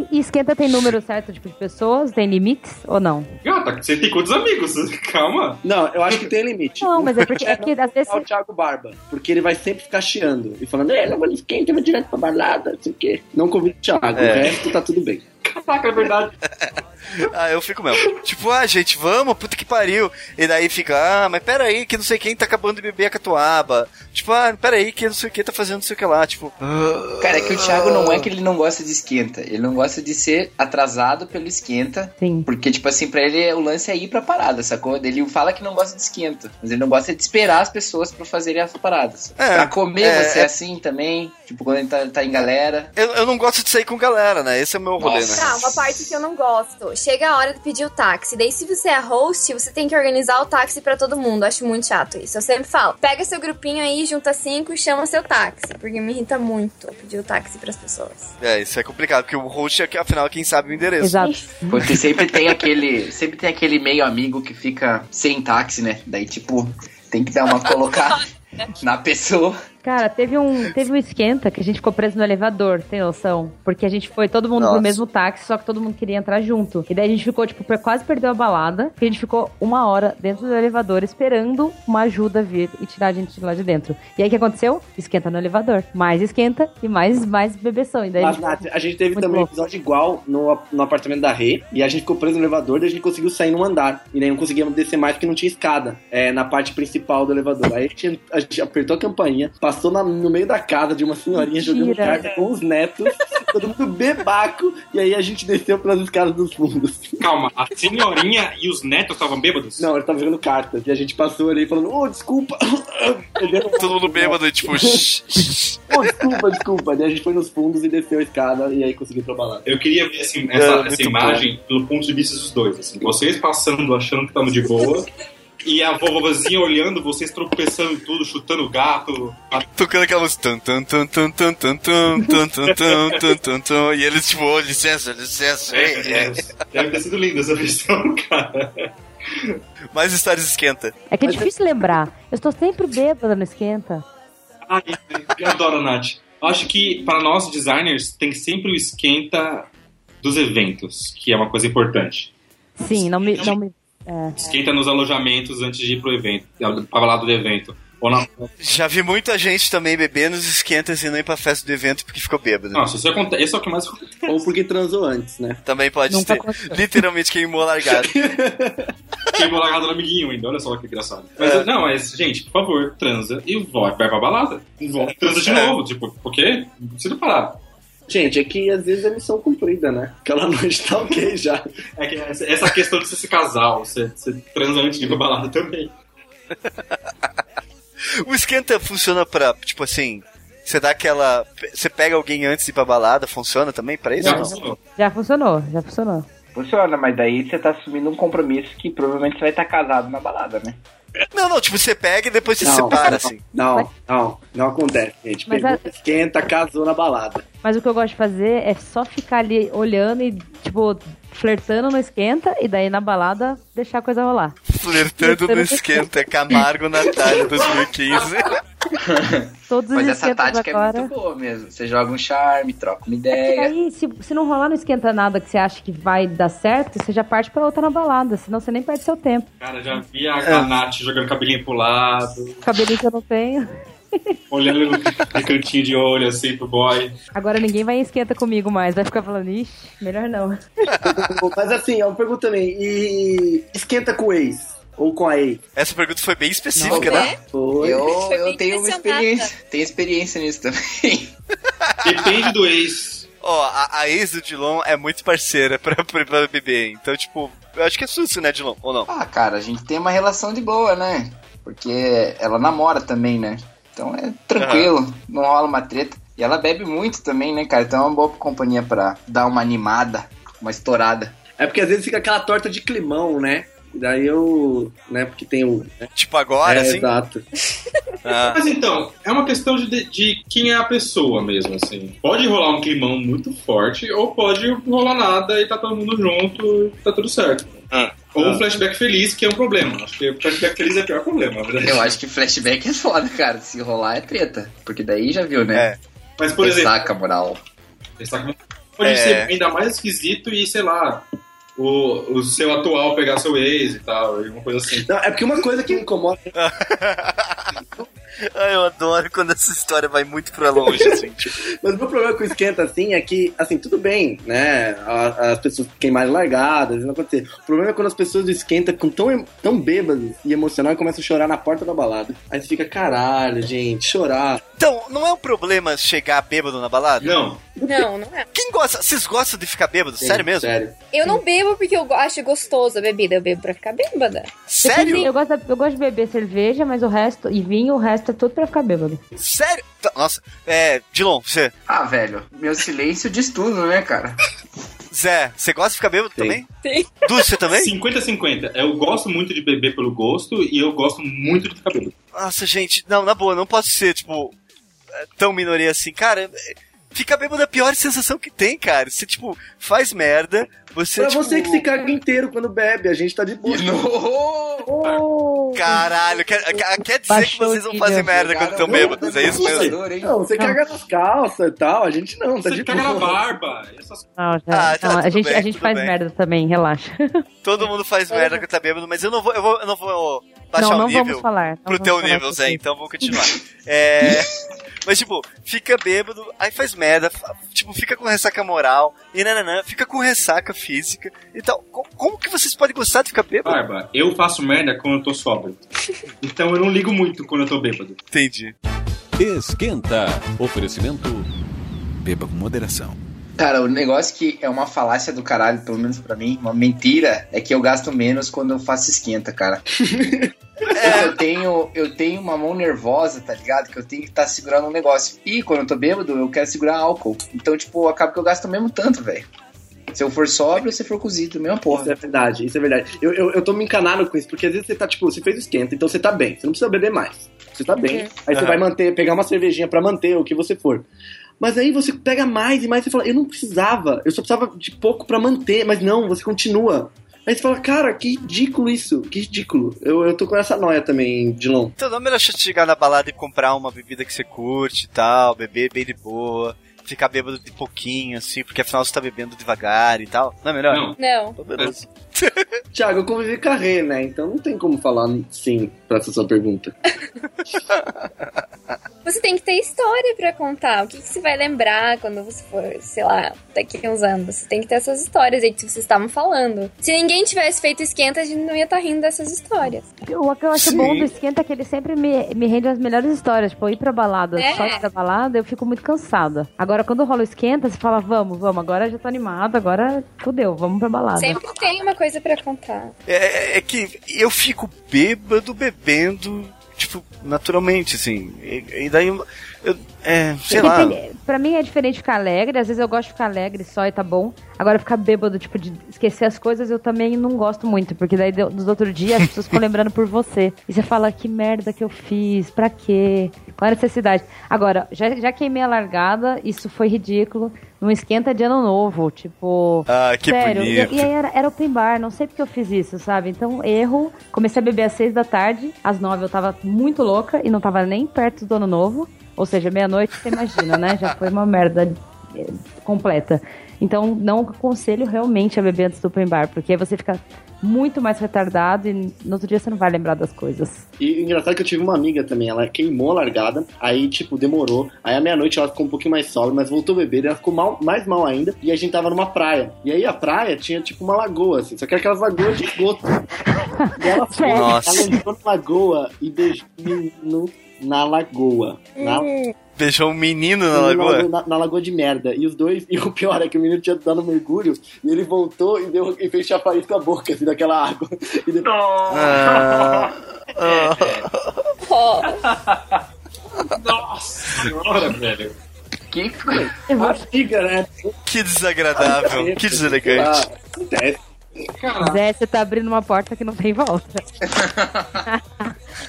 Speaker 6: E esquenta tem número certo tipo, de pessoas? Tem limites ou não?
Speaker 3: Gata, você tem quantos amigos? Calma.
Speaker 2: Não, eu acho que tem limite.
Speaker 6: Não, mas é porque é que às vezes.
Speaker 2: É o Thiago Barba, porque ele vai sempre ficar chiando e falando, é, não vou esquenta, vou direto pra balada, não sei o quê. Não convide o Thiago,
Speaker 1: É.
Speaker 2: o resto tá tudo bem.
Speaker 3: Caraca, é verdade.
Speaker 1: Ah, eu fico mesmo. tipo, ah, gente, vamos, puta que pariu. E daí fica, ah, mas peraí, que não sei quem tá acabando de beber a catuaba. Tipo, ah, peraí, que não sei quem tá fazendo não sei o que lá. Tipo,
Speaker 7: Cara, é que o Thiago não é
Speaker 1: Ah.
Speaker 7: que ele não gosta de esquenta, ele não gosta de ser atrasado pelo esquenta.
Speaker 6: Sim.
Speaker 7: Porque, tipo assim, pra ele o lance é ir pra parada, sacou? Ele fala que não gosta de esquenta, mas ele não gosta de esperar as pessoas pra fazerem as paradas.
Speaker 1: É,
Speaker 7: pra comer
Speaker 1: é,
Speaker 7: você
Speaker 1: é.
Speaker 7: é assim também, tipo, quando ele tá, tá em galera.
Speaker 1: eu, eu não gosto de sair com galera, né? Esse é o meu rolê,
Speaker 7: Nossa.
Speaker 1: né?
Speaker 5: Tá, uma parte que eu não gosto. Chega a hora de pedir o táxi. Daí, se você é host, você tem que organizar o táxi pra todo mundo. Acho muito chato isso. Eu sempre falo: pega seu grupinho aí, junta cinco e chama seu táxi. Porque me irrita muito pedir o táxi pras pessoas.
Speaker 1: É, isso é complicado, porque o host é, que, afinal, quem sabe o endereço.
Speaker 6: Exato.
Speaker 7: Porque sempre tem aquele. Sempre tem aquele meio amigo que fica sem táxi, né? Daí, tipo, tem que dar uma colocada na pessoa.
Speaker 6: Cara, teve um, teve um esquenta que a gente ficou preso no elevador, tem noção? Porque a gente foi todo mundo
Speaker 1: Nossa.
Speaker 6: pro mesmo táxi, só que todo mundo queria entrar junto. E daí a gente ficou, tipo, per- quase perdeu a balada. Porque a gente ficou uma hora dentro do elevador esperando uma ajuda vir e tirar a gente de lá de dentro. E aí o que aconteceu? Esquenta no elevador. Mais esquenta e mais, mais bebeção. E daí a
Speaker 2: Mas,
Speaker 6: gente-
Speaker 2: Nath, a gente teve
Speaker 6: Muito
Speaker 2: também um
Speaker 6: bom.
Speaker 2: episódio igual no, no apartamento da Rê, e a gente ficou preso no elevador, daí a gente conseguiu sair num andar, e daí não conseguíamos descer mais porque não tinha escada é, na parte principal do elevador. Aí a gente, a gente apertou a campainha, passou na- no meio da casa de uma senhorinha jogando
Speaker 6: Mentira.
Speaker 2: carta com os netos, todo mundo bebaco, e aí a gente desceu pelas escadas dos fundos.
Speaker 3: Calma, a senhorinha e os netos estavam bêbados?
Speaker 2: Não, eles estavam jogando cartas, e a gente passou ali falando, ô, desculpa. Entendeu?
Speaker 1: Todo mundo bêbado e tipo, shh, shh.
Speaker 2: Ô, desculpa, desculpa. Daí a gente foi nos fundos e desceu a escada, e aí conseguiu trabalhar.
Speaker 3: Eu queria ver assim,
Speaker 1: É,
Speaker 3: essa,
Speaker 1: muito
Speaker 3: essa imagem do ponto de vista dos dois. Assim, vocês passando, achando que estamos de boa. E a vovozinha olhando, vocês tropeçando em tudo, chutando o gato.
Speaker 1: tocando aquela música. Tan, tan, tan, tan, tan, tan, tan, tan, tan, tan, tan, tan, tan. E eles, tipo, ô, licença, licença. ei, ei.
Speaker 3: é, Deve ter sido linda essa versão, cara.
Speaker 1: Mais histórias esquenta.
Speaker 6: É que é difícil lembrar. Eu estou sempre bêbada no esquenta.
Speaker 3: Ai, eu adoro, Nath. Eu Acho que para nós designers tem sempre o esquenta dos eventos, que é uma coisa importante.
Speaker 6: Sim, não me. Não me
Speaker 3: Esquenta nos alojamentos antes de ir pro evento, pra lá do evento. Ou na
Speaker 1: Já vi muita gente também bebendo os esquentas e não ir pra festa do evento porque ficou bêbado.
Speaker 3: Nossa, isso, acontece, isso é o que mais acontece.
Speaker 2: Ou porque transou antes, né?
Speaker 1: Também pode ser.
Speaker 6: nunca aconteceu.
Speaker 1: Literalmente queimou a largada.
Speaker 3: Queimou a largada do amiguinho ainda, olha só que engraçado. Mas,
Speaker 1: É.
Speaker 3: Não, mas, gente, por favor, transa e volta, vai pra balada. E volta, transa de
Speaker 1: É.
Speaker 3: novo, tipo, por quê? Não precisa parar.
Speaker 2: Gente, é que às vezes é missão cumprida, né? Aquela noite tá ok já.
Speaker 3: É que essa essa questão de você se casar, você, você transa antes de ir pra balada também.
Speaker 1: O esquenta funciona pra, tipo assim, você dá aquela. Você pega alguém antes de ir pra balada, funciona também pra isso? é
Speaker 3: Já
Speaker 1: Não.
Speaker 3: funcionou.
Speaker 6: Já funcionou, já funcionou.
Speaker 7: Funciona, mas daí você tá assumindo um compromisso que provavelmente você vai estar casado tá na balada, né?
Speaker 1: Não, não, tipo, você pega e depois você
Speaker 2: Não,
Speaker 1: separa,
Speaker 2: não,
Speaker 1: assim.
Speaker 2: Não, não, não acontece, gente.
Speaker 6: Mas
Speaker 2: Pegou, esquenta, casou na balada.
Speaker 6: Mas o que eu gosto de fazer é só ficar ali olhando e, tipo, flertando no esquenta e daí na balada deixar a coisa rolar.
Speaker 1: Flertando no esquenta, Camargo Natália 2015.
Speaker 6: Todos os
Speaker 7: Mas essa
Speaker 6: esquentas
Speaker 7: tática
Speaker 6: agora.
Speaker 7: é muito boa mesmo. Você joga um charme, troca uma
Speaker 6: É que
Speaker 7: ideia.
Speaker 6: daí, se, se não rolar, não esquenta nada que você acha que vai dar certo, você já parte pra outra na balada, senão você nem perde seu tempo.
Speaker 3: Cara, já vi a,
Speaker 1: É.
Speaker 3: a Nath jogando cabelinho pro lado,
Speaker 6: Cabelinho que eu não tenho.
Speaker 3: olhando no no cantinho de olho, assim, pro boy.
Speaker 6: Agora ninguém vai em esquenta comigo mais, vai ficar falando, ixi, melhor não.
Speaker 2: Mas assim, é uma pergunta também. E esquenta com o ex? Ou com a ex?
Speaker 1: Essa pergunta foi bem específica,
Speaker 7: Não,
Speaker 1: né?
Speaker 2: Foi.
Speaker 7: Eu, eu
Speaker 5: bem
Speaker 7: tenho uma
Speaker 5: impressionada.
Speaker 7: experiência. Tenho experiência nisso também.
Speaker 3: Depende do ex.
Speaker 1: Ó, a, a ex do Dilon é muito parceira pra, pra, pra bebê. Então, tipo, eu acho que é susto, né, Dilon? Ou não?
Speaker 7: Ah, cara, a gente tem uma relação de boa, né? Porque ela namora também, né? Então é tranquilo, não rola uma treta. E ela bebe muito também, né, cara? Então é uma boa companhia pra dar uma animada, uma estourada.
Speaker 2: É porque às vezes fica aquela torta de climão, né? E Daí eu. né? Porque tem o.
Speaker 1: Tipo, agora,
Speaker 2: é,
Speaker 1: assim.
Speaker 2: exato.
Speaker 1: Ah,
Speaker 3: Mas então, é uma questão de, de quem é a pessoa mesmo, assim. Pode rolar um climão muito forte, ou pode rolar nada e tá todo mundo junto, tá tudo certo.
Speaker 1: Ah.
Speaker 3: Ou um
Speaker 1: Ah.
Speaker 3: flashback feliz, que é um problema. Acho que o flashback feliz é o pior problema, na verdade.
Speaker 7: Eu acho que flashback é foda, cara. Se rolar é treta. Porque daí já viu, né?
Speaker 1: É.
Speaker 3: Mas, por exemplo,
Speaker 7: Saca, moral.
Speaker 3: Esse tá com- Pode
Speaker 1: É.
Speaker 3: ser ainda mais esquisito e, sei lá, o, o seu atual pegar seu ex e tal, alguma coisa assim.
Speaker 2: Não, é porque uma coisa que me incomoda.
Speaker 1: Ai, eu adoro quando essa história vai muito pra longe, assim. Tipo,
Speaker 2: Mas o meu problema com o esquenta, assim, é que, assim, tudo bem, né? A- As pessoas fiquem mais largadas, não acontecer. O problema é quando as pessoas do esquenta ficam tão, em- tão bêbadas e emocional e começam a chorar na porta da balada. Aí você fica, caralho, gente, chorar.
Speaker 1: então, não é um problema chegar bêbado na balada?
Speaker 3: Não,
Speaker 11: Não, não é.
Speaker 1: Quem gosta? Vocês gostam de ficar bêbado?
Speaker 2: Sim,
Speaker 1: Sério mesmo?
Speaker 2: Sério.
Speaker 11: Eu não bebo porque eu go- acho gostoso a bebida. Eu bebo pra ficar bêbada.
Speaker 1: Sério?
Speaker 6: Eu gosto, eu gosto de beber cerveja, mas o resto, e vinho, o resto é tudo pra ficar bêbado.
Speaker 1: Sério? Tá, Nossa, é, Dilon, você.
Speaker 7: Ah, velho, meu silêncio diz tudo, né, cara?
Speaker 1: Zé, você gosta de ficar bêbado também?
Speaker 5: Sim.
Speaker 1: Dulce, você também?
Speaker 3: 50-50. Eu gosto muito de beber pelo gosto e eu gosto muito de ficar bêbado.
Speaker 1: Nossa, gente, não, na boa, não posso ser, tipo, é, tão minoria assim. Cara, é, ficar bêbado é a pior sensação que tem, cara. Você, tipo, faz merda, você.
Speaker 2: Pra
Speaker 1: tipo,
Speaker 2: você que se caga inteiro quando bebe, a gente tá de boa.
Speaker 7: No!
Speaker 1: Caralho, quer, quer- quer dizer que
Speaker 6: Baixou
Speaker 1: vocês não
Speaker 6: o
Speaker 1: fazem
Speaker 6: nível.
Speaker 1: merda quando estão bêbados, é isso mesmo?
Speaker 2: Não, você caga nas calças e tal, a gente não, tá de
Speaker 3: Você
Speaker 2: boa.
Speaker 3: caga na barba. Essas...
Speaker 6: Não,
Speaker 1: Ah,
Speaker 6: já, é.
Speaker 1: tá,
Speaker 6: não, Então, a
Speaker 1: tudo
Speaker 6: gente,
Speaker 1: bem,
Speaker 6: a gente
Speaker 1: tudo
Speaker 6: faz
Speaker 1: bem.
Speaker 6: merda também, relaxa.
Speaker 1: Todo mundo faz
Speaker 2: É.
Speaker 1: merda quando tá bêbado, mas eu não vou, eu, vou, eu não vou baixar
Speaker 6: não, não
Speaker 1: o nível.
Speaker 6: vamos falar. não
Speaker 1: pro
Speaker 6: vamos
Speaker 1: teu
Speaker 6: falar
Speaker 1: nível,
Speaker 6: sobre
Speaker 1: Zé,
Speaker 6: isso.
Speaker 1: então vou continuar. É, Mas, tipo, fica bêbado, aí faz merda, fa- tipo, fica com ressaca moral, e nananã, fica com ressaca física e tal. Co- Como que vocês podem gostar de ficar bêbado?
Speaker 3: Barba, eu faço merda quando eu tô sóbrio. Então eu não ligo muito quando eu tô bêbado.
Speaker 1: Entendi.
Speaker 10: Esquenta. Oferecimento. Beba com moderação.
Speaker 7: Cara, o negócio que é uma falácia do caralho, pelo menos pra mim, uma mentira, é que eu gasto menos quando eu faço esquenta, cara. Eu tenho, eu tenho uma mão nervosa, tá ligado? Que eu tenho que estar segurando um negócio. E quando eu tô bêbado, eu quero segurar álcool. Então, tipo, acaba que eu gasto o mesmo tanto, velho. Se eu for sóbrio, se eu for cozido, mesma porra.
Speaker 2: Isso é verdade, isso é verdade. Eu, eu, eu tô me encanando com isso, porque às vezes você tá, tipo, você fez o esquenta, então você tá bem, você não precisa beber mais. Você tá bem. Aí você
Speaker 1: Aham.
Speaker 2: vai manter, pegar uma cervejinha pra manter, o que você for. Mas aí você pega mais e mais, você fala, eu não precisava, eu só precisava de pouco pra manter, mas não, você continua. Aí você fala, cara, que ridículo isso, que ridículo. Eu, eu tô com essa noia também, Dilon.
Speaker 1: Então, não é melhor você chegar na balada e comprar uma bebida que você curte e tal, beber bem de boa, ficar bêbado de pouquinho, assim, porque afinal você tá bebendo devagar e tal. Não é
Speaker 6: Tá.
Speaker 1: melhor?
Speaker 3: Não.
Speaker 11: Não.
Speaker 1: Então, beleza.
Speaker 2: Tiago, eu convivi com a Rê, né? Então não tem como falar sim pra essa sua pergunta.
Speaker 11: Você tem que ter história pra contar. O que, que você vai lembrar quando você for, sei lá, daqui a uns anos? Você tem que ter essas histórias aí que vocês estavam falando. Se ninguém tivesse feito esquenta, a gente não ia estar rindo dessas histórias.
Speaker 6: O que eu acho
Speaker 3: Sim.
Speaker 6: bom do esquenta é que ele sempre me, me rende as melhores histórias. Tipo, eu ir pra balada,
Speaker 11: É.
Speaker 6: só ir pra balada, eu fico muito cansada. Agora, quando rola o esquenta, você fala, vamos, vamos, agora já tô animada, agora fudeu, vamos pra balada.
Speaker 11: Sempre tem uma coisa pra contar.
Speaker 1: É, é que eu fico bêbado bebendo tipo, naturalmente, assim. E, e daí, eu, eu- é, sei
Speaker 6: Porque
Speaker 1: lá.
Speaker 6: tem- pra mim é diferente ficar alegre. Às vezes eu gosto de ficar alegre só e tá bom. Agora ficar bêbado, tipo, de esquecer as coisas, eu também não gosto muito. Porque daí deu- nos outros dias as pessoas ficam lembrando por você. E você fala, que merda que eu fiz, pra quê? Qual a necessidade? Agora, já, já queimei a largada, isso foi ridículo. Não esquenta de ano novo, tipo...
Speaker 1: Ah, que
Speaker 6: sério. E-
Speaker 1: bonito.
Speaker 6: E, aí era, era open bar, não sei porque eu fiz isso, sabe? Então, erro. Comecei a beber às seis da tarde, às nove eu tava muito louca e não tava nem perto do ano novo. Ou seja, meia-noite, você imagina, né? Já foi uma merda eh, completa. Então, não aconselho realmente a beber antes do open bar, porque aí você fica muito mais retardado e no outro dia você não vai lembrar das coisas.
Speaker 2: E o engraçado é que eu tive uma amiga também, ela queimou a largada, aí, tipo, demorou. Aí, à meia-noite, ela ficou um pouquinho mais sóbria, mas voltou a beber, daí ela ficou mal, mais mal ainda. E a gente tava numa praia. E aí, a praia tinha, tipo, uma lagoa, assim, só que era aquelas lagoas de esgoto. e ela foi, ela
Speaker 1: Nossa.
Speaker 2: entrou na lagoa e beijou o menino na lagoa. Na
Speaker 1: Beijou um menino na
Speaker 2: na,
Speaker 1: lagoa.
Speaker 2: na- na lagoa de merda. E os dois, e o pior é que o menino tinha dado um mergulho e ele voltou e, deu, e fez chafariz com a boca, assim, daquela água. E depois...
Speaker 1: Ah.
Speaker 3: Nossa senhora, velho.
Speaker 1: é
Speaker 7: Que
Speaker 2: Mastiga, né?
Speaker 1: Que desagradável, que deselegante.
Speaker 6: tá. Zé, você tá abrindo uma porta que não tem volta.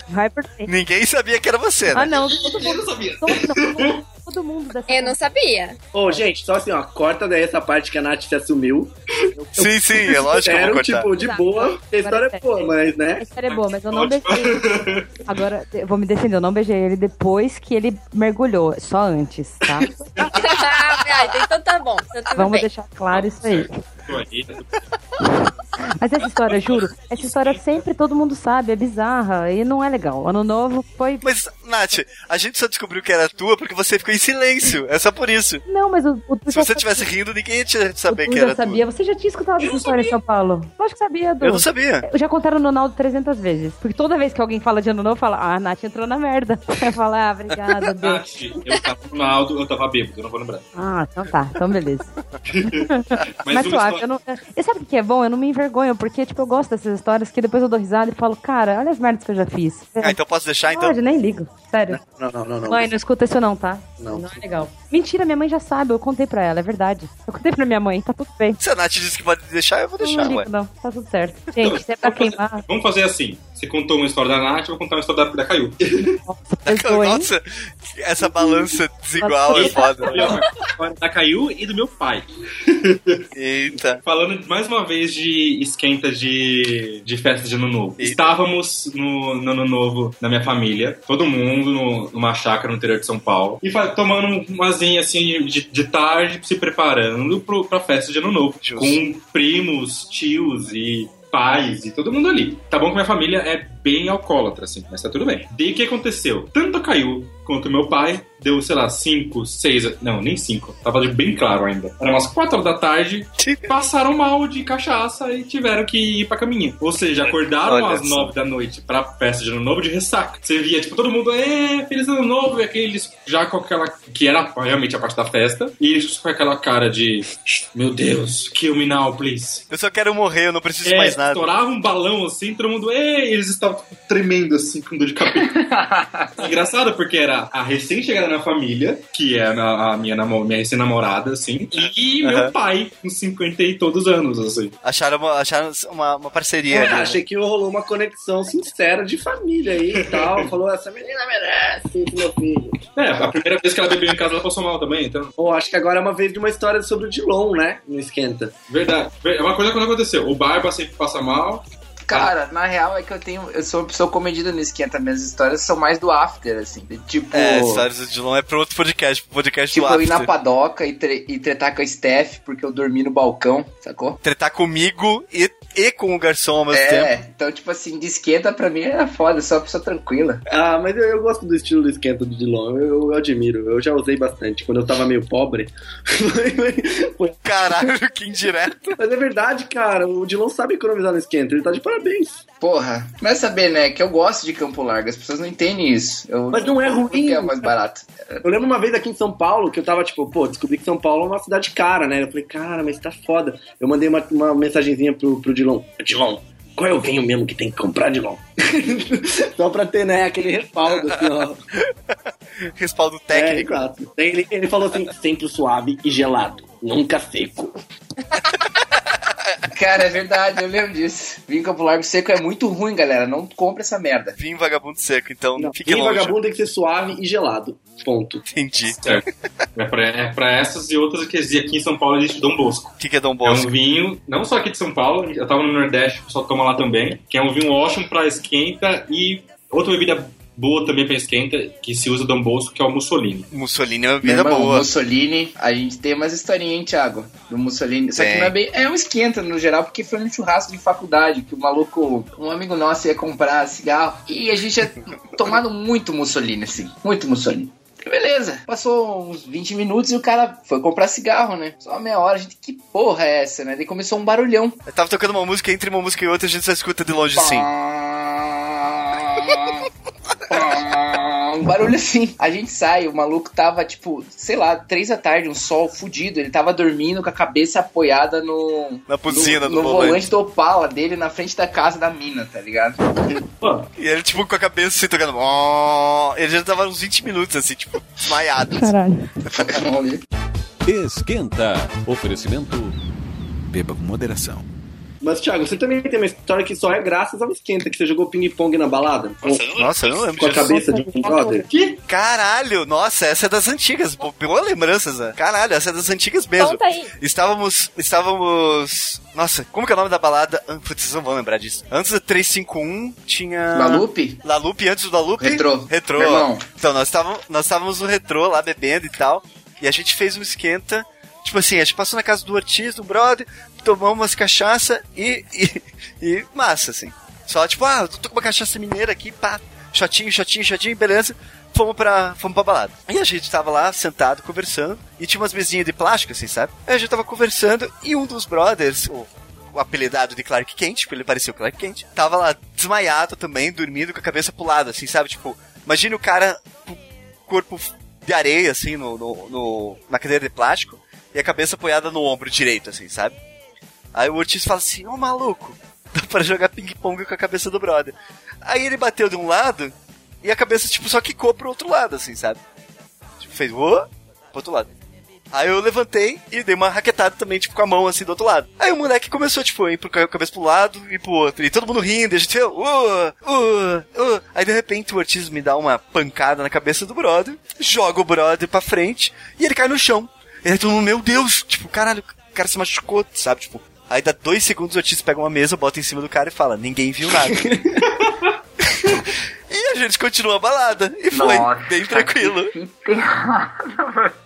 Speaker 6: vai por dentro.
Speaker 1: Ninguém sabia que era você, né?
Speaker 6: Ah, não. Todo mundo, todo mundo, todo mundo
Speaker 5: É,
Speaker 6: dessa
Speaker 11: Eu não sabia.
Speaker 2: Ô, gente, só assim, ó, corta daí essa parte que a Nath se assumiu.
Speaker 1: Sim, sim, é lógico que eu
Speaker 6: um
Speaker 2: Era,
Speaker 1: vou cortar.
Speaker 2: tipo, de
Speaker 6: Exato.
Speaker 2: boa, a história
Speaker 6: Agora
Speaker 2: é boa, mas, né?
Speaker 6: A história é boa, mas eu não beijei. Agora, eu vou me defender, eu não beijei ele depois que ele mergulhou, só antes, tá?
Speaker 11: ah, então tá bom. Então tudo
Speaker 6: Vamos
Speaker 11: bem.
Speaker 6: deixar claro isso aí.
Speaker 3: Tô aí.
Speaker 6: Mas essa história, juro, essa história sempre todo mundo sabe, é bizarra e não é legal. Ano novo foi.
Speaker 1: Mas, Nath, a gente só descobriu que era tua porque você ficou em silêncio. É só por isso.
Speaker 6: Não, mas o, o
Speaker 1: Se você tivesse rindo, ninguém ia te saber que
Speaker 6: eu já
Speaker 1: era
Speaker 6: sabia,
Speaker 1: tua.
Speaker 6: você já tinha escutado essa história em São Paulo? Lógico que sabia, Du.
Speaker 1: Eu não sabia.
Speaker 6: Eu Já contaram no Naldo 300 vezes. Porque toda vez que alguém fala de ano novo, fala, ah, a Nath entrou na merda. Eu falo, ah, obrigada, Du.
Speaker 3: Nath, eu tava no Naldo, eu tava bêbado, eu não vou lembrar.
Speaker 6: Ah, então tá, então beleza.
Speaker 3: Mas
Speaker 6: Mas,
Speaker 3: uma
Speaker 6: suave,
Speaker 3: história-
Speaker 6: eu não. E sabe o que é bom? Eu não me envergonho, porque, tipo, eu gosto dessas histórias que depois eu dou risada e falo, cara, olha as merdas que eu já fiz.
Speaker 1: Ah, então posso deixar, então?
Speaker 6: Pode, nem ligo, sério.
Speaker 2: Não, não, não, não.
Speaker 6: Mãe, não escuta isso não, tá?
Speaker 2: Não.
Speaker 6: é legal. Mentira, minha mãe já sabe, eu contei pra ela, é verdade. Eu contei pra minha mãe, tá tudo bem.
Speaker 1: Se a Nath disse que pode deixar, eu vou
Speaker 6: não
Speaker 1: deixar,
Speaker 6: ligo,
Speaker 1: ué.
Speaker 6: não, tá tudo certo. Gente, se é pra queimar,
Speaker 3: Vamos fazer assim. Você contou uma história da Nath, eu vou contar uma história da, da Caio.
Speaker 6: perdoe.
Speaker 1: Nossa, essa balança desigual é foda.
Speaker 3: Olha, ó, história da Caio e do meu pai.
Speaker 1: Eita.
Speaker 3: Falando mais uma vez de esquenta de, de festa de ano novo. Estávamos no, no ano novo na minha família, todo mundo no- numa chácara no interior de São Paulo, e fa- tomando uma asinha assim de, de tarde, se preparando pro, pra festa de ano novo. Com primos, tios e pais e todo mundo ali. Tá bom que minha família é bem alcoólatra, assim, mas tá tudo bem. Daí o que aconteceu? Tanto a Caiu quanto meu pai deu, sei lá, 5, 6, não, nem 5, tava bem claro ainda. Era umas 4 horas da tarde, passaram mal de cachaça e tiveram que ir pra caminha. Ou seja, acordaram
Speaker 1: Olha
Speaker 3: às
Speaker 1: só.
Speaker 3: 9 da noite pra festa de ano novo de ressaca. Você via, tipo, todo mundo, é, feliz ano novo, e aqueles já com aquela, que era realmente a parte da festa, e eles com aquela cara de, meu Deus, kill me now, please.
Speaker 1: Eu só quero morrer, eu não preciso de
Speaker 3: É,
Speaker 1: mais nada.
Speaker 3: estourava um balão assim, todo mundo. Ei! Eles estavam tipo, tremendo assim, com dor de cabeça. Engraçado, porque era a recém-chegada na família, que é a, a minha, namo- minha recém-namorada, assim,
Speaker 1: Uhum.
Speaker 3: e meu
Speaker 1: Aham.
Speaker 3: pai, com 50 e todos anos, assim.
Speaker 1: Acharam uma, acharam uma, uma parceria.
Speaker 2: Ah,
Speaker 1: ali, né?
Speaker 2: achei que rolou uma conexão sincera de família aí e tal. Falou, essa menina merece esse meu filho.
Speaker 3: É, a primeira vez que ela bebeu em casa, ela passou mal também, então.
Speaker 2: Ou acho que agora é uma vez de uma história sobre o Dilon, né? Não esquenta.
Speaker 3: Verdade. É uma coisa que não aconteceu. O Barba sempre passa mal.
Speaker 7: Cara, na real é que eu tenho. Eu sou uma pessoa comedida no esquenta. Minhas histórias são mais do after, assim. de tipo.
Speaker 1: É, histórias do Dilon é pra outro podcast, pro podcast
Speaker 7: Tipo,
Speaker 1: do
Speaker 7: eu ir
Speaker 1: After.
Speaker 7: na padoca e, tre- e tretar com a Steph porque eu dormi no balcão, sacou?
Speaker 1: Tretar comigo e, e com o garçom ao mesmo
Speaker 7: É,
Speaker 1: tempo.
Speaker 7: então, tipo assim, de esquenta pra mim era foda, eu sou uma pessoa tranquila.
Speaker 2: Ah, mas eu, eu gosto do estilo do esquenta do Dilon. Eu, eu admiro. Eu já usei bastante quando eu tava meio pobre.
Speaker 1: Caralho, que indireto.
Speaker 2: mas é verdade, cara. O Dilon sabe economizar no esquenta. Ele tá de parabéns.
Speaker 7: Porra, mas saber, né, que eu gosto de Campo Largo, as pessoas não entendem isso. Eu,
Speaker 2: Mas não é ruim.
Speaker 7: Porque é mais barato.
Speaker 2: Eu lembro uma vez aqui em São Paulo que eu tava tipo, pô, descobri que São Paulo é uma cidade cara, né? Eu falei, cara, mas tá foda. Eu mandei uma, uma mensagenzinha pro, pro Dilon. Dilon, Qual é o vinho mesmo que tem que comprar de novo? Só pra ter, né, aquele respaldo, assim, ó.
Speaker 1: Respaldo técnico.
Speaker 2: É, exato. Ele, ele falou assim, sempre suave e gelado, nunca seco.
Speaker 7: Cara, é verdade, eu lembro disso. Vinho Campo Largo seco é muito ruim, galera. Não compra essa merda.
Speaker 1: Vinho vagabundo seco, então não, fique
Speaker 2: Quem
Speaker 1: longe.
Speaker 2: vagabundo tem que ser suave e gelado. Ponto.
Speaker 1: Entendi.
Speaker 3: É pra, é pra essas e outras que existem aqui em São Paulo existe Dom Bosco. O
Speaker 1: que, é Dom
Speaker 3: Bosco? É um vinho, não só aqui de São Paulo, eu tava no Nordeste, o pessoal toma lá também, que é um vinho ótimo pra esquenta e outra bebida boa também pra esquenta, que se usa Dom Bosco, que é o Mussolini.
Speaker 1: Mussolini é uma
Speaker 7: Meu
Speaker 1: bebida
Speaker 7: irmão,
Speaker 1: boa.
Speaker 7: Mussolini, a gente tem umas historinhas, hein, Thiago? Do Mussolini. Só que
Speaker 1: Tem.
Speaker 7: não é bem. É um esquenta no geral, porque foi num churrasco de faculdade que o maluco, um amigo nosso, ia comprar cigarro. E a gente tinha tomado muito Mussolini, assim. Muito Mussolini. Beleza, passou uns 20 minutos e o cara foi comprar cigarro, né? Só meia hora, a gente, que porra é essa, né? Daí começou um barulhão.
Speaker 1: Eu tava tocando uma música, entre uma música e outra a gente só escuta de longe assim.
Speaker 7: Ah, um barulho assim. A gente sai, o maluco tava, tipo, sei lá, três da tarde, um sol fudido. Ele tava dormindo com a cabeça apoiada no.
Speaker 1: Na buzina
Speaker 7: no,
Speaker 1: do
Speaker 7: no
Speaker 1: volante.
Speaker 7: volante do Opala dele na frente da casa da mina, tá ligado?
Speaker 1: E ele, tipo, com a cabeça assim, tocando. "Ó". Ele já tava uns 20 minutos, assim, tipo, desmaiado.
Speaker 6: Caralho.
Speaker 7: Tá
Speaker 10: Esquenta. Oferecimento. Beba com moderação.
Speaker 2: Mas, Thiago, você também tem uma história que só é graças ao esquenta, que você jogou ping-pong na balada. Com-
Speaker 1: Nossa, eu não lembro
Speaker 2: Com a
Speaker 1: disso.
Speaker 2: cabeça de um brother.
Speaker 1: Que? Caralho, nossa, essa é das antigas. Pô, Boa lembrança, Zé. Caralho, essa é das antigas mesmo.
Speaker 5: Conta aí.
Speaker 1: Estávamos. Estávamos. Nossa, como que é o nome da balada? Ah, Putz, vocês não vão lembrar disso. Antes do 351 tinha.
Speaker 7: Lalupe?
Speaker 1: Lalupe, antes do Lalupe?
Speaker 7: Retrô.
Speaker 1: Retrô.
Speaker 7: Meu irmão.
Speaker 1: Então, nós estávamos, nós estávamos no retrô lá bebendo e tal. E a gente fez um esquenta. Tipo assim, a gente passou na casa do Ortiz, do brother, tomamos umas cachaça e, e, e massa, assim. Só tipo, ah, eu tô com uma cachaça mineira aqui, pá, shotinho, shotinho, shotinho, beleza. Fomos pra, fomos pra balada. E a gente tava lá, sentado, conversando, e tinha umas mesinhas de plástico, assim, sabe? Aí a gente tava conversando e um dos brothers, o, o apelidado de Clark Kent, porque ele parecia o Clark Kent, tava lá desmaiado também, dormindo com a cabeça pro lado, assim, sabe? Tipo, imagine o cara com o corpo de areia, assim, no, no- no- na cadeira de plástico, e a cabeça apoiada no ombro direito, assim, sabe? Aí o Ortiz fala assim, ô maluco, dá pra jogar ping-pong com a cabeça do brother. Aí ele bateu de um lado, e a cabeça, tipo, só quicou pro outro lado, assim, sabe? Tipo, fez, ô, pro outro lado. Aí eu levantei e dei uma raquetada também, tipo, com a mão assim do outro lado. Aí o moleque começou, tipo, a ir pro ca- cabeça pro lado e pro outro. E todo mundo rindo, e a gente, uh, uh, uh. Aí de repente o Ortiz me dá uma pancada na cabeça do brother, joga o brother pra frente e ele cai no chão. E aí todo mundo, meu Deus, tipo, caralho, o cara se machucou, sabe? Tipo, aí dá dois segundos o Ortiz pega uma mesa, bota em cima do cara e fala, ninguém viu nada. E a gente continua a balada. E foi
Speaker 7: Nossa,
Speaker 1: bem tranquilo.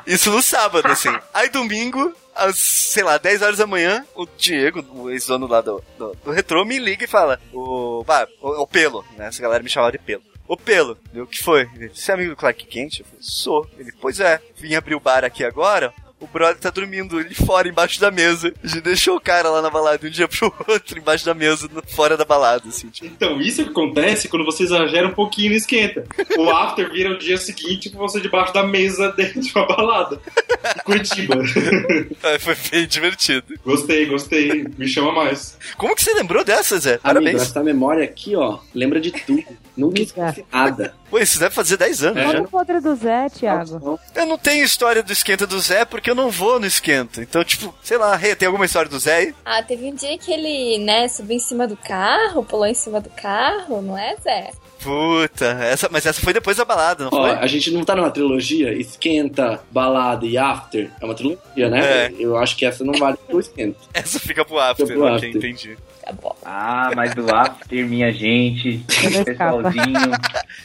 Speaker 1: Isso no sábado, assim. Aí domingo, às, sei lá, 10 horas da manhã, o Diego, o ex-dono lá do, do, do retrô, me liga e fala: O. Bah, o, o Pelo, né? Essa galera me chamava de Pelo. Ô Pelo, Eu, o que foi? Ele, Você é amigo do Clark Kent? Eu falei, sou. Ele, pois é, vim abrir o bar aqui agora. O brother tá dormindo ali fora, embaixo da mesa. A gente deixou o cara lá na balada de um dia pro outro, embaixo da mesa, no- fora da balada, assim, tipo.
Speaker 3: Então, isso que acontece quando você exagera um pouquinho e esquenta. O after vira o dia seguinte com você debaixo da mesa dentro de uma balada. Curitiba.
Speaker 1: Ah, Foi bem divertido.
Speaker 3: Gostei, gostei. Me chama mais.
Speaker 1: Como que você lembrou dessa, Zé?
Speaker 2: Amigo,
Speaker 1: Parabéns.
Speaker 2: essa memória aqui, ó, lembra de tudo. Nunca esquece nada.
Speaker 1: Pô, isso deve fazer 10 anos
Speaker 2: É.
Speaker 6: Olha
Speaker 1: já.
Speaker 6: o podre do Zé, Thiago.
Speaker 2: Então,
Speaker 1: Eu não tenho história do esquenta do Zé porque eu não vou no esquenta. Então, tipo, sei lá, Rê, tem alguma história do Zé aí?
Speaker 5: Ah, teve um dia que ele, né, subiu em cima do carro, pulou em cima do carro, não é, Zé?
Speaker 1: Puta, essa, mas essa foi depois da balada, não
Speaker 2: Ó,
Speaker 1: foi?
Speaker 2: a gente não tá numa trilogia? Esquenta, balada e after. É uma trilogia, né?
Speaker 1: É.
Speaker 2: Eu acho que essa não vale pro esquenta.
Speaker 1: Essa fica pro after,
Speaker 2: Fica pro
Speaker 1: ok,
Speaker 2: after.
Speaker 1: entendi.
Speaker 5: Tá bom.
Speaker 4: Ah, mas o after, minha gente, esse pessoalzinho,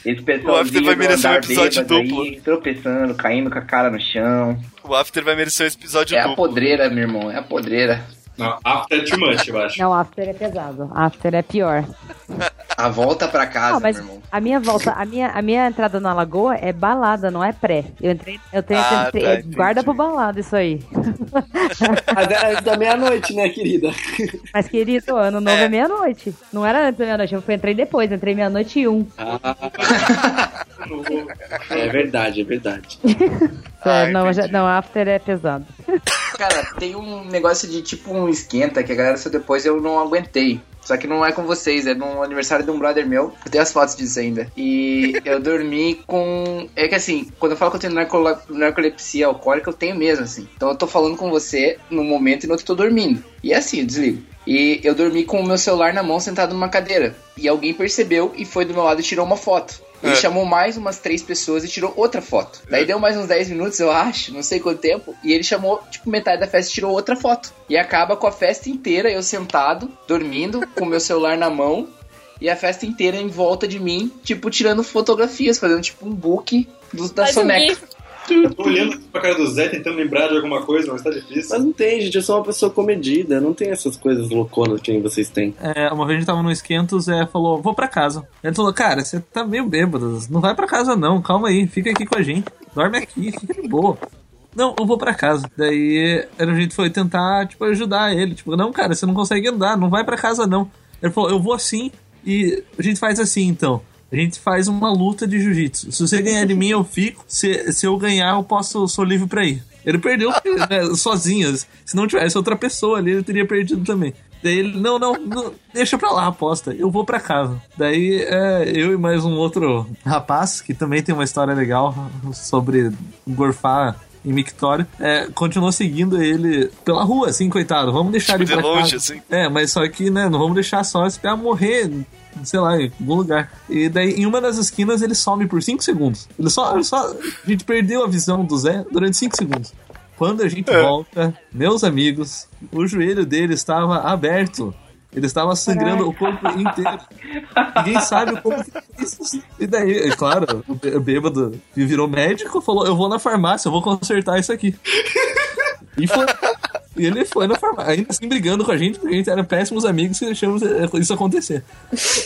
Speaker 4: esse
Speaker 1: after
Speaker 4: pessoalzinho
Speaker 1: vai
Speaker 4: do
Speaker 1: merecer um
Speaker 4: andar
Speaker 1: episódio
Speaker 4: bêbado
Speaker 1: duplo.
Speaker 4: aí, tropeçando, caindo com a cara no chão.
Speaker 1: O after vai merecer um episódio
Speaker 7: É a
Speaker 1: duplo.
Speaker 7: podreira, meu irmão, é a podreira.
Speaker 3: Não, after é too much, eu acho.
Speaker 6: Não, after é pesado. After é pior.
Speaker 7: A volta pra casa,
Speaker 6: Ah, mas
Speaker 7: meu irmão.
Speaker 6: a minha volta, a minha, a minha entrada na lagoa é balada, não é pré. Eu entrei, eu tenho,
Speaker 1: Ah,
Speaker 6: entrei-
Speaker 1: tá,
Speaker 6: é
Speaker 1: entendi.
Speaker 6: guarda pro balada isso aí.
Speaker 2: Mas era antes da meia-noite, né, querida?
Speaker 6: Mas querido, ano novo é, meia-noite. Não era antes da meia-noite, eu fui- entrei depois, entrei meia-noite e um.
Speaker 2: Ah, É verdade, é verdade.
Speaker 1: Ah,
Speaker 6: É, não,
Speaker 1: entendi.
Speaker 6: já- não, after é pesado.
Speaker 7: Cara, tem um negócio de tipo um esquenta que a galera só depois eu não aguentei. Só que não é com vocês, é no aniversário de um brother meu. Eu tenho as fotos disso ainda. E eu dormi com. É que assim, quando eu falo que eu tenho narcole- narcolepsia alcoólica, eu tenho mesmo, assim. Então eu tô falando com você num momento e no outro eu tô dormindo. E é assim, eu desligo. E eu dormi com o meu celular na mão sentado numa cadeira. E alguém percebeu e foi do meu lado e tirou uma foto. Ele
Speaker 12: É.
Speaker 7: chamou mais umas três pessoas e tirou outra foto. Daí deu mais uns 10 minutos, eu acho, não sei quanto tempo. E ele chamou, tipo, metade da festa e tirou outra foto. E acaba com a festa inteira, eu sentado, dormindo, com meu celular na mão. E a festa inteira em volta de mim, tipo, tirando fotografias, fazendo tipo um book do- da
Speaker 3: Faz um
Speaker 7: soneca.
Speaker 3: Eu tô olhando pra cara do Zé tentando lembrar de alguma coisa, mas tá difícil.
Speaker 2: Mas não tem, gente, eu sou uma pessoa comedida, não tem essas coisas louconas que nem vocês têm.
Speaker 8: É, uma vez a gente tava no esquento, o Zé falou, vou pra casa. Ele falou, cara, você tá meio bêbado, não vai pra casa não, calma aí, fica aqui com a gente, dorme aqui, fica de boa. Não, eu vou pra casa. Daí a gente foi tentar, tipo, ajudar ele. Tipo, não, cara, você não consegue andar, não vai pra casa não. Ele falou, eu vou assim e a gente faz assim então. A gente faz uma luta de jiu-jitsu. Se você ganhar de mim, eu fico. Se, se eu ganhar, eu posso, sou livre pra ir. Ele perdeu né, sozinho. Se não tivesse outra pessoa ali, ele teria perdido também. Daí ele, não, não, não, deixa pra lá a aposta, eu vou pra casa. Daí é, eu e mais um outro rapaz, que também tem uma história legal sobre gorfar em Mictório, é, continuou seguindo ele pela rua, assim, coitado. Vamos deixar
Speaker 1: Tipo, de
Speaker 8: ele pra
Speaker 1: longe,
Speaker 8: casa.
Speaker 1: assim.
Speaker 8: É, mas só que, né, não vamos deixar só esperar morrer, sei lá, em algum lugar. E daí, em uma das esquinas, ele some por 5 segundos. Ele só, ele só. A gente perdeu a visão do Zé durante 5 segundos. Quando a gente volta, meus amigos, o joelho dele estava aberto. Ele estava sangrando o corpo inteiro. Ninguém sabe como que isso. E daí, é claro, o bê- bêbado virou médico falou: Eu vou na farmácia, eu vou consertar isso aqui. E foi. E ele foi na farmácia, ainda assim brigando com a gente, porque a gente era péssimos amigos que deixamos eh, isso acontecer.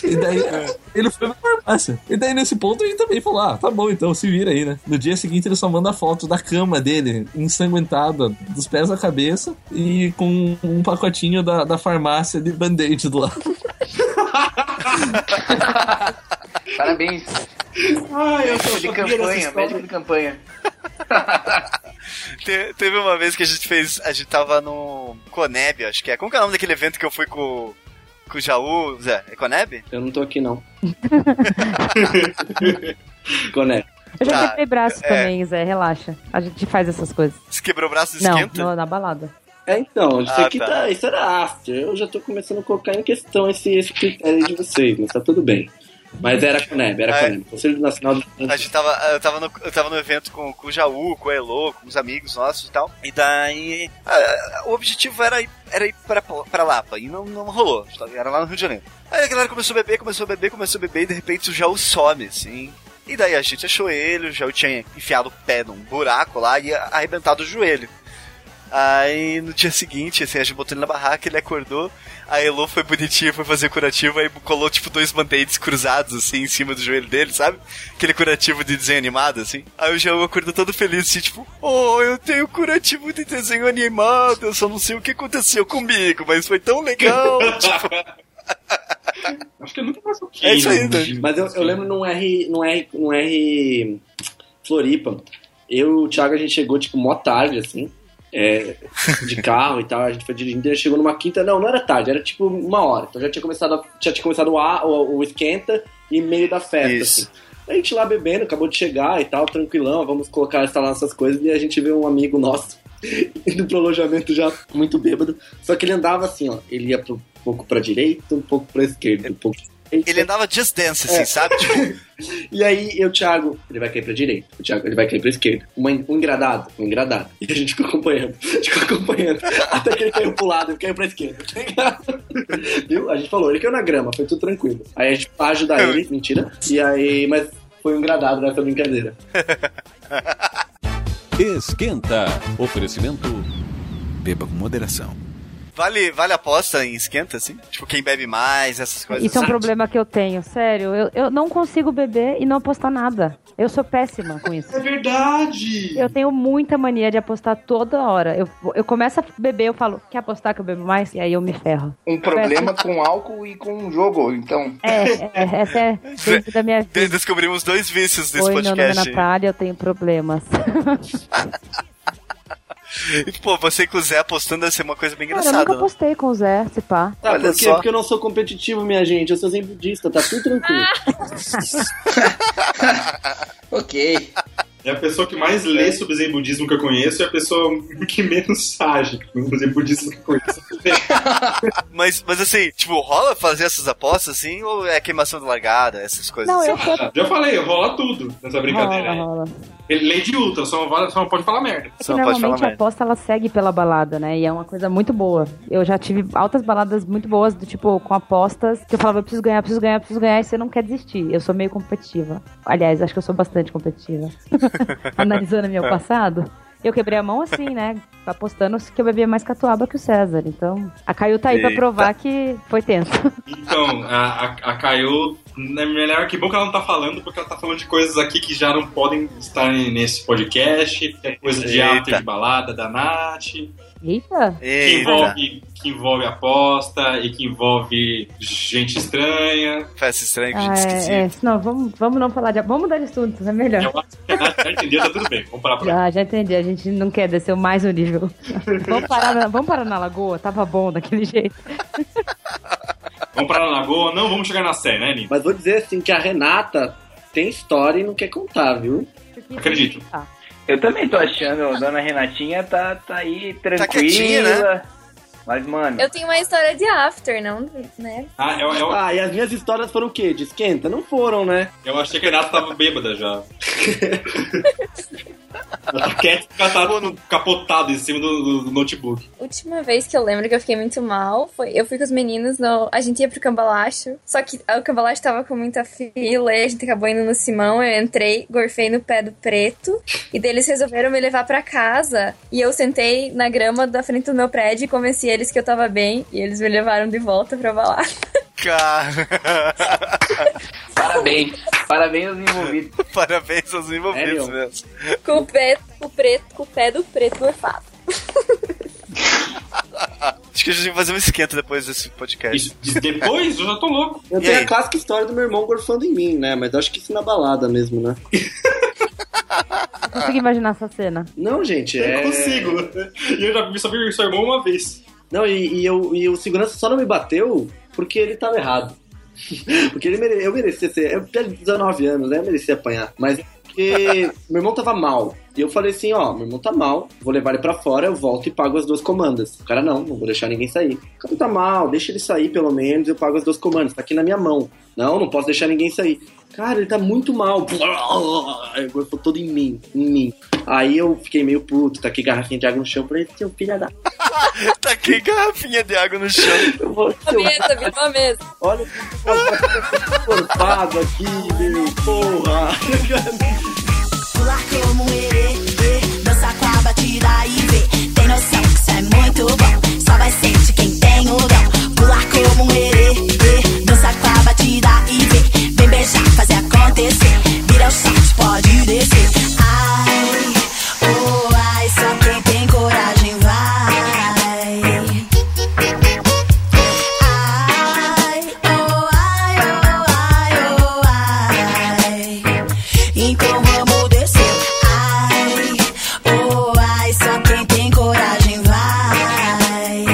Speaker 8: E daí é, ele foi na farmácia. E daí nesse ponto a gente também falou: ah, tá bom, então se vira aí, né? No dia seguinte ele só manda foto da cama dele, ensanguentada, dos pés à cabeça, e com um pacotinho da, da farmácia de band-aid do lado.
Speaker 7: Parabéns.
Speaker 2: Ai, eu
Speaker 7: médico de campanha, médico de campanha.
Speaker 1: Te- teve uma vez que a gente fez. A gente tava no Coneb, acho que é. Como que é o nome daquele evento que eu fui com, com o Jaú, Zé? É Coneb?
Speaker 2: Eu não tô aqui, não. Coné.
Speaker 6: Eu já
Speaker 1: Ah,
Speaker 6: quebrei braço
Speaker 1: é.
Speaker 6: também, Zé, relaxa. A gente faz essas coisas.
Speaker 1: Você quebrou o braço e
Speaker 6: Não,
Speaker 1: esquenta?
Speaker 6: no- na balada.
Speaker 2: É, então, isso
Speaker 1: Ah,
Speaker 2: aqui
Speaker 1: tá.
Speaker 2: tá. Isso era after. Eu já tô começando a colocar em questão esse, esse critério de vocês, mas tá tudo bem. Mas era Coneb, era
Speaker 1: Ah, é.
Speaker 2: Coneb. Conselho Nacional de
Speaker 1: A gente tava, eu tava no, eu tava no evento com, com o Jaú, com o Elo, com os amigos nossos e tal. E daí. ah, o objetivo era ir, era ir pra, pra Lapa. E não, não rolou. A gente tava- Era lá no Rio de Janeiro. Aí a galera começou a beber, começou a beber, começou a beber. E de repente o Jaú some, assim. E daí a gente achou ele. O Jaú tinha enfiado o pé num buraco lá e arrebentado o joelho. Aí no dia seguinte, assim, a gente botou ele na barraca, ele acordou, a Elo foi bonitinha, foi fazer curativo, aí colou tipo dois band-aids cruzados, assim, em cima do joelho dele, sabe? Aquele curativo de desenho animado, assim. Aí o João acordou todo feliz, assim, tipo, oh, eu tenho curativo de desenho animado, eu só não sei o que aconteceu comigo, mas foi tão legal, tipo.
Speaker 3: Acho que eu nunca um mais
Speaker 1: É isso aí, né?
Speaker 2: Mas eu, eu lembro num R, num R, num R Floripa. Eu e o Thiago, a gente chegou, tipo, mó tarde, assim. é, de carro e tal, a gente foi dirigindo, ele chegou numa quinta, não, não era tarde, era tipo uma hora. Então já tinha começado, a- já tinha começado o, a, o, o esquenta e meio da festa. Assim. A gente lá bebendo, acabou de chegar e tal, tranquilão, vamos colocar, instalar nossas coisas, e a gente vê um amigo nosso indo pro alojamento já muito bêbado. Só que ele andava assim, ó, ele ia pro- um pouco pra direita, um pouco pra esquerda, um pouco
Speaker 1: Ele andava just dance, assim,
Speaker 2: É.
Speaker 1: sabe? Tipo,
Speaker 2: e aí, eu, Thiago, ele vai cair pra direita, o Thiago, ele vai cair pra esquerda. Uma, um engradado, um engradado. E a gente ficou acompanhando, a gente ficou acompanhando. Até que ele caiu pro lado, ele caiu pra esquerda. tá ligado? Viu? A gente falou, ele caiu na grama, foi tudo tranquilo. Aí a gente foi ajudar ele, mentira. E aí, mas foi um engradado nessa brincadeira.
Speaker 10: Esquenta. Oferecimento. Beba com moderação.
Speaker 1: vale, vale a aposta em esquenta, assim? Tipo, quem bebe mais, essas coisas.
Speaker 6: Isso é um
Speaker 1: assim.
Speaker 6: problema que eu tenho, sério. Eu, eu não consigo beber e não apostar nada. Eu sou péssima com isso.
Speaker 3: É verdade!
Speaker 6: Eu tenho muita mania de apostar toda hora. Eu, eu começo a beber, eu falo, quer apostar que eu bebo mais? E aí eu me ferro.
Speaker 7: Um problema com álcool e com jogo, então.
Speaker 6: É, é, essa é dentro da minha
Speaker 1: De- Descobrimos dois
Speaker 6: é
Speaker 1: vícios desse
Speaker 6: Oi, meu nome é
Speaker 1: podcast.
Speaker 6: Natália, eu tenho problemas.
Speaker 1: E, pô, você com o Zé apostando deve ser uma coisa bem
Speaker 6: Cara, eu nunca
Speaker 1: engraçada. né?
Speaker 6: postei com o Zé, se pá.
Speaker 2: Tá,
Speaker 1: Olha
Speaker 2: por quê?
Speaker 1: só.
Speaker 2: Porque eu não sou competitivo, minha gente. Eu sou sem budista, tá tudo tranquilo.
Speaker 7: ok.
Speaker 3: É a pessoa que mais lê sobre Zen Budismo que eu conheço e é a pessoa que menos sabe sobre Zen Budismo que eu conheço.
Speaker 1: Mas, mas assim, tipo, rola fazer essas apostas assim ou é queimação de largada, essas coisas?
Speaker 6: Não,
Speaker 1: assim?
Speaker 6: eu
Speaker 3: Ah, Já falei, rola tudo nessa brincadeira. aí.
Speaker 6: Rola, rola.
Speaker 3: Ele lei de Ultra, só não, vale- só não pode falar merda.
Speaker 6: É que normalmente a aposta ela segue pela balada, né? E é uma coisa muito boa. Eu já tive altas baladas muito boas, do tipo, com apostas, que eu falava, eu preciso ganhar, preciso ganhar, preciso ganhar, e você não quer desistir. Eu sou meio competitiva. Aliás, acho que eu sou bastante competitiva. Analisando meu passado. Eu quebrei a mão assim, né? Apostando que eu bebia mais catuaba que o César. Então, a Caio tá aí pra
Speaker 3: Eita.
Speaker 6: provar que foi tenso.
Speaker 3: Então, a, a, a Caio, é melhor que bom que ela não tá falando, porque ela tá falando de coisas aqui que já não podem estar nesse podcast, é coisa de
Speaker 1: Eita.
Speaker 3: after de balada da Nath,
Speaker 6: Eita!
Speaker 3: que envolve, que envolve aposta e que envolve gente estranha.
Speaker 1: Festa estranha,
Speaker 6: Ah, é, é. Não, vamos, vamos não falar de. Vamos mudar de assunto, é melhor.
Speaker 3: Já entendeu, tá tudo bem, vamos parar por
Speaker 6: Ah, Já, já entendi. A gente não quer descer mais um nível. vamos, parar na, vamos parar na lagoa? Tava bom daquele jeito.
Speaker 3: Vamos parar na lagoa, não vamos chegar na Sé, né, Nino?
Speaker 2: Mas vou dizer assim que a Renata tem história e não quer contar, viu?
Speaker 3: Acredito.
Speaker 6: Tá.
Speaker 4: Eu também tô achando, a dona Renatinha tá, tá aí tranquila.
Speaker 2: quietinha, né?
Speaker 4: Mas, mano,
Speaker 11: Eu tenho uma história de after, não, né?
Speaker 3: Ah, eu, eu,
Speaker 2: e as minhas histórias foram o quê? De esquenta? Não foram, né?
Speaker 3: eu achei que a Renata tava bêbada já. Ela tá quieta porque ela tá capotada em cima do, do- do notebook.
Speaker 11: Última vez que eu lembro que eu fiquei muito mal foi. Eu fui com os meninos, no, a gente ia pro cambalacho. Só que o cambalacho tava com muita fila e a gente acabou indo no Simão. Eu entrei, gorfei no pé do preto. E daí eles resolveram me levar pra casa. E eu sentei na grama da frente do meu prédio e convenci eles que eu tava bem. E eles me levaram de volta pra balada.
Speaker 1: Cara.
Speaker 7: Parabéns. Parabéns aos envolvidos.
Speaker 1: Parabéns aos envolvidos
Speaker 7: É, meu.
Speaker 1: mesmo.
Speaker 11: Com o pé, com o preto, com o pé do preto gorfado.
Speaker 1: Acho que a gente vai fazer um esquenta depois desse podcast.
Speaker 3: depois? Eu já tô louco.
Speaker 2: Eu tenho a clássica história do meu irmão gorfando em mim, né? Mas acho que isso na balada mesmo, né?
Speaker 6: Não consigo imaginar essa cena.
Speaker 2: Não, gente,
Speaker 3: Eu
Speaker 2: é...
Speaker 3: consigo. E eu já vi só vi seu irmão uma vez.
Speaker 2: Não, e, e eu, e o segurança só não me bateu porque ele tava errado. porque ele mere... eu merecia ser... Eu tenho 19 anos, né? Eu merecia apanhar. Mas porque meu irmão tava mal. E eu falei assim, ó, meu irmão tá mal, vou levar ele pra fora, eu volto e pago as duas comandas. O cara, não, não vou deixar ninguém sair. O cara tá mal, deixa ele sair pelo menos, eu pago as duas comandas, tá aqui na minha mão. Não, não posso deixar ninguém sair. Cara, ele tá muito mal. Aí Gorfou todo em mim, em mim. Aí eu fiquei meio puto, taquei garrafinha de água no chão, falei, seu filho da...
Speaker 1: Taquei Tá garrafinha de água no chão.
Speaker 2: Eu vou, seu...
Speaker 11: Mesa, virou a mesa.
Speaker 2: Olha o corpado aqui, meu, porra.
Speaker 12: Pular como um erê, erê, dança com a batida e vê. Tem noção que isso é muito bom, só vai sentir quem tem o dom. Pular como um erê, erê, dança com a batida e vê. Vem beijar, fazer acontecer, vira o short, pode descer. Ai, oh ai, só quem tem coragem vai. Ai, oh ai, oh ai, oh ai. Então vamos descer. Ai, oh ai, só quem tem coragem vai. Ai,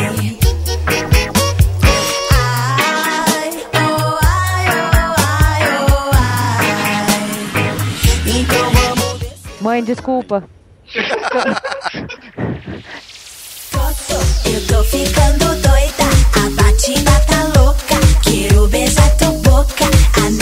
Speaker 12: oh ai, oh ai, oh ai. Então vamos descer.
Speaker 6: Mãe, desculpa.
Speaker 12: Eu tô ficando doida, a batida tá louca. Quero beijar tua boca, a então,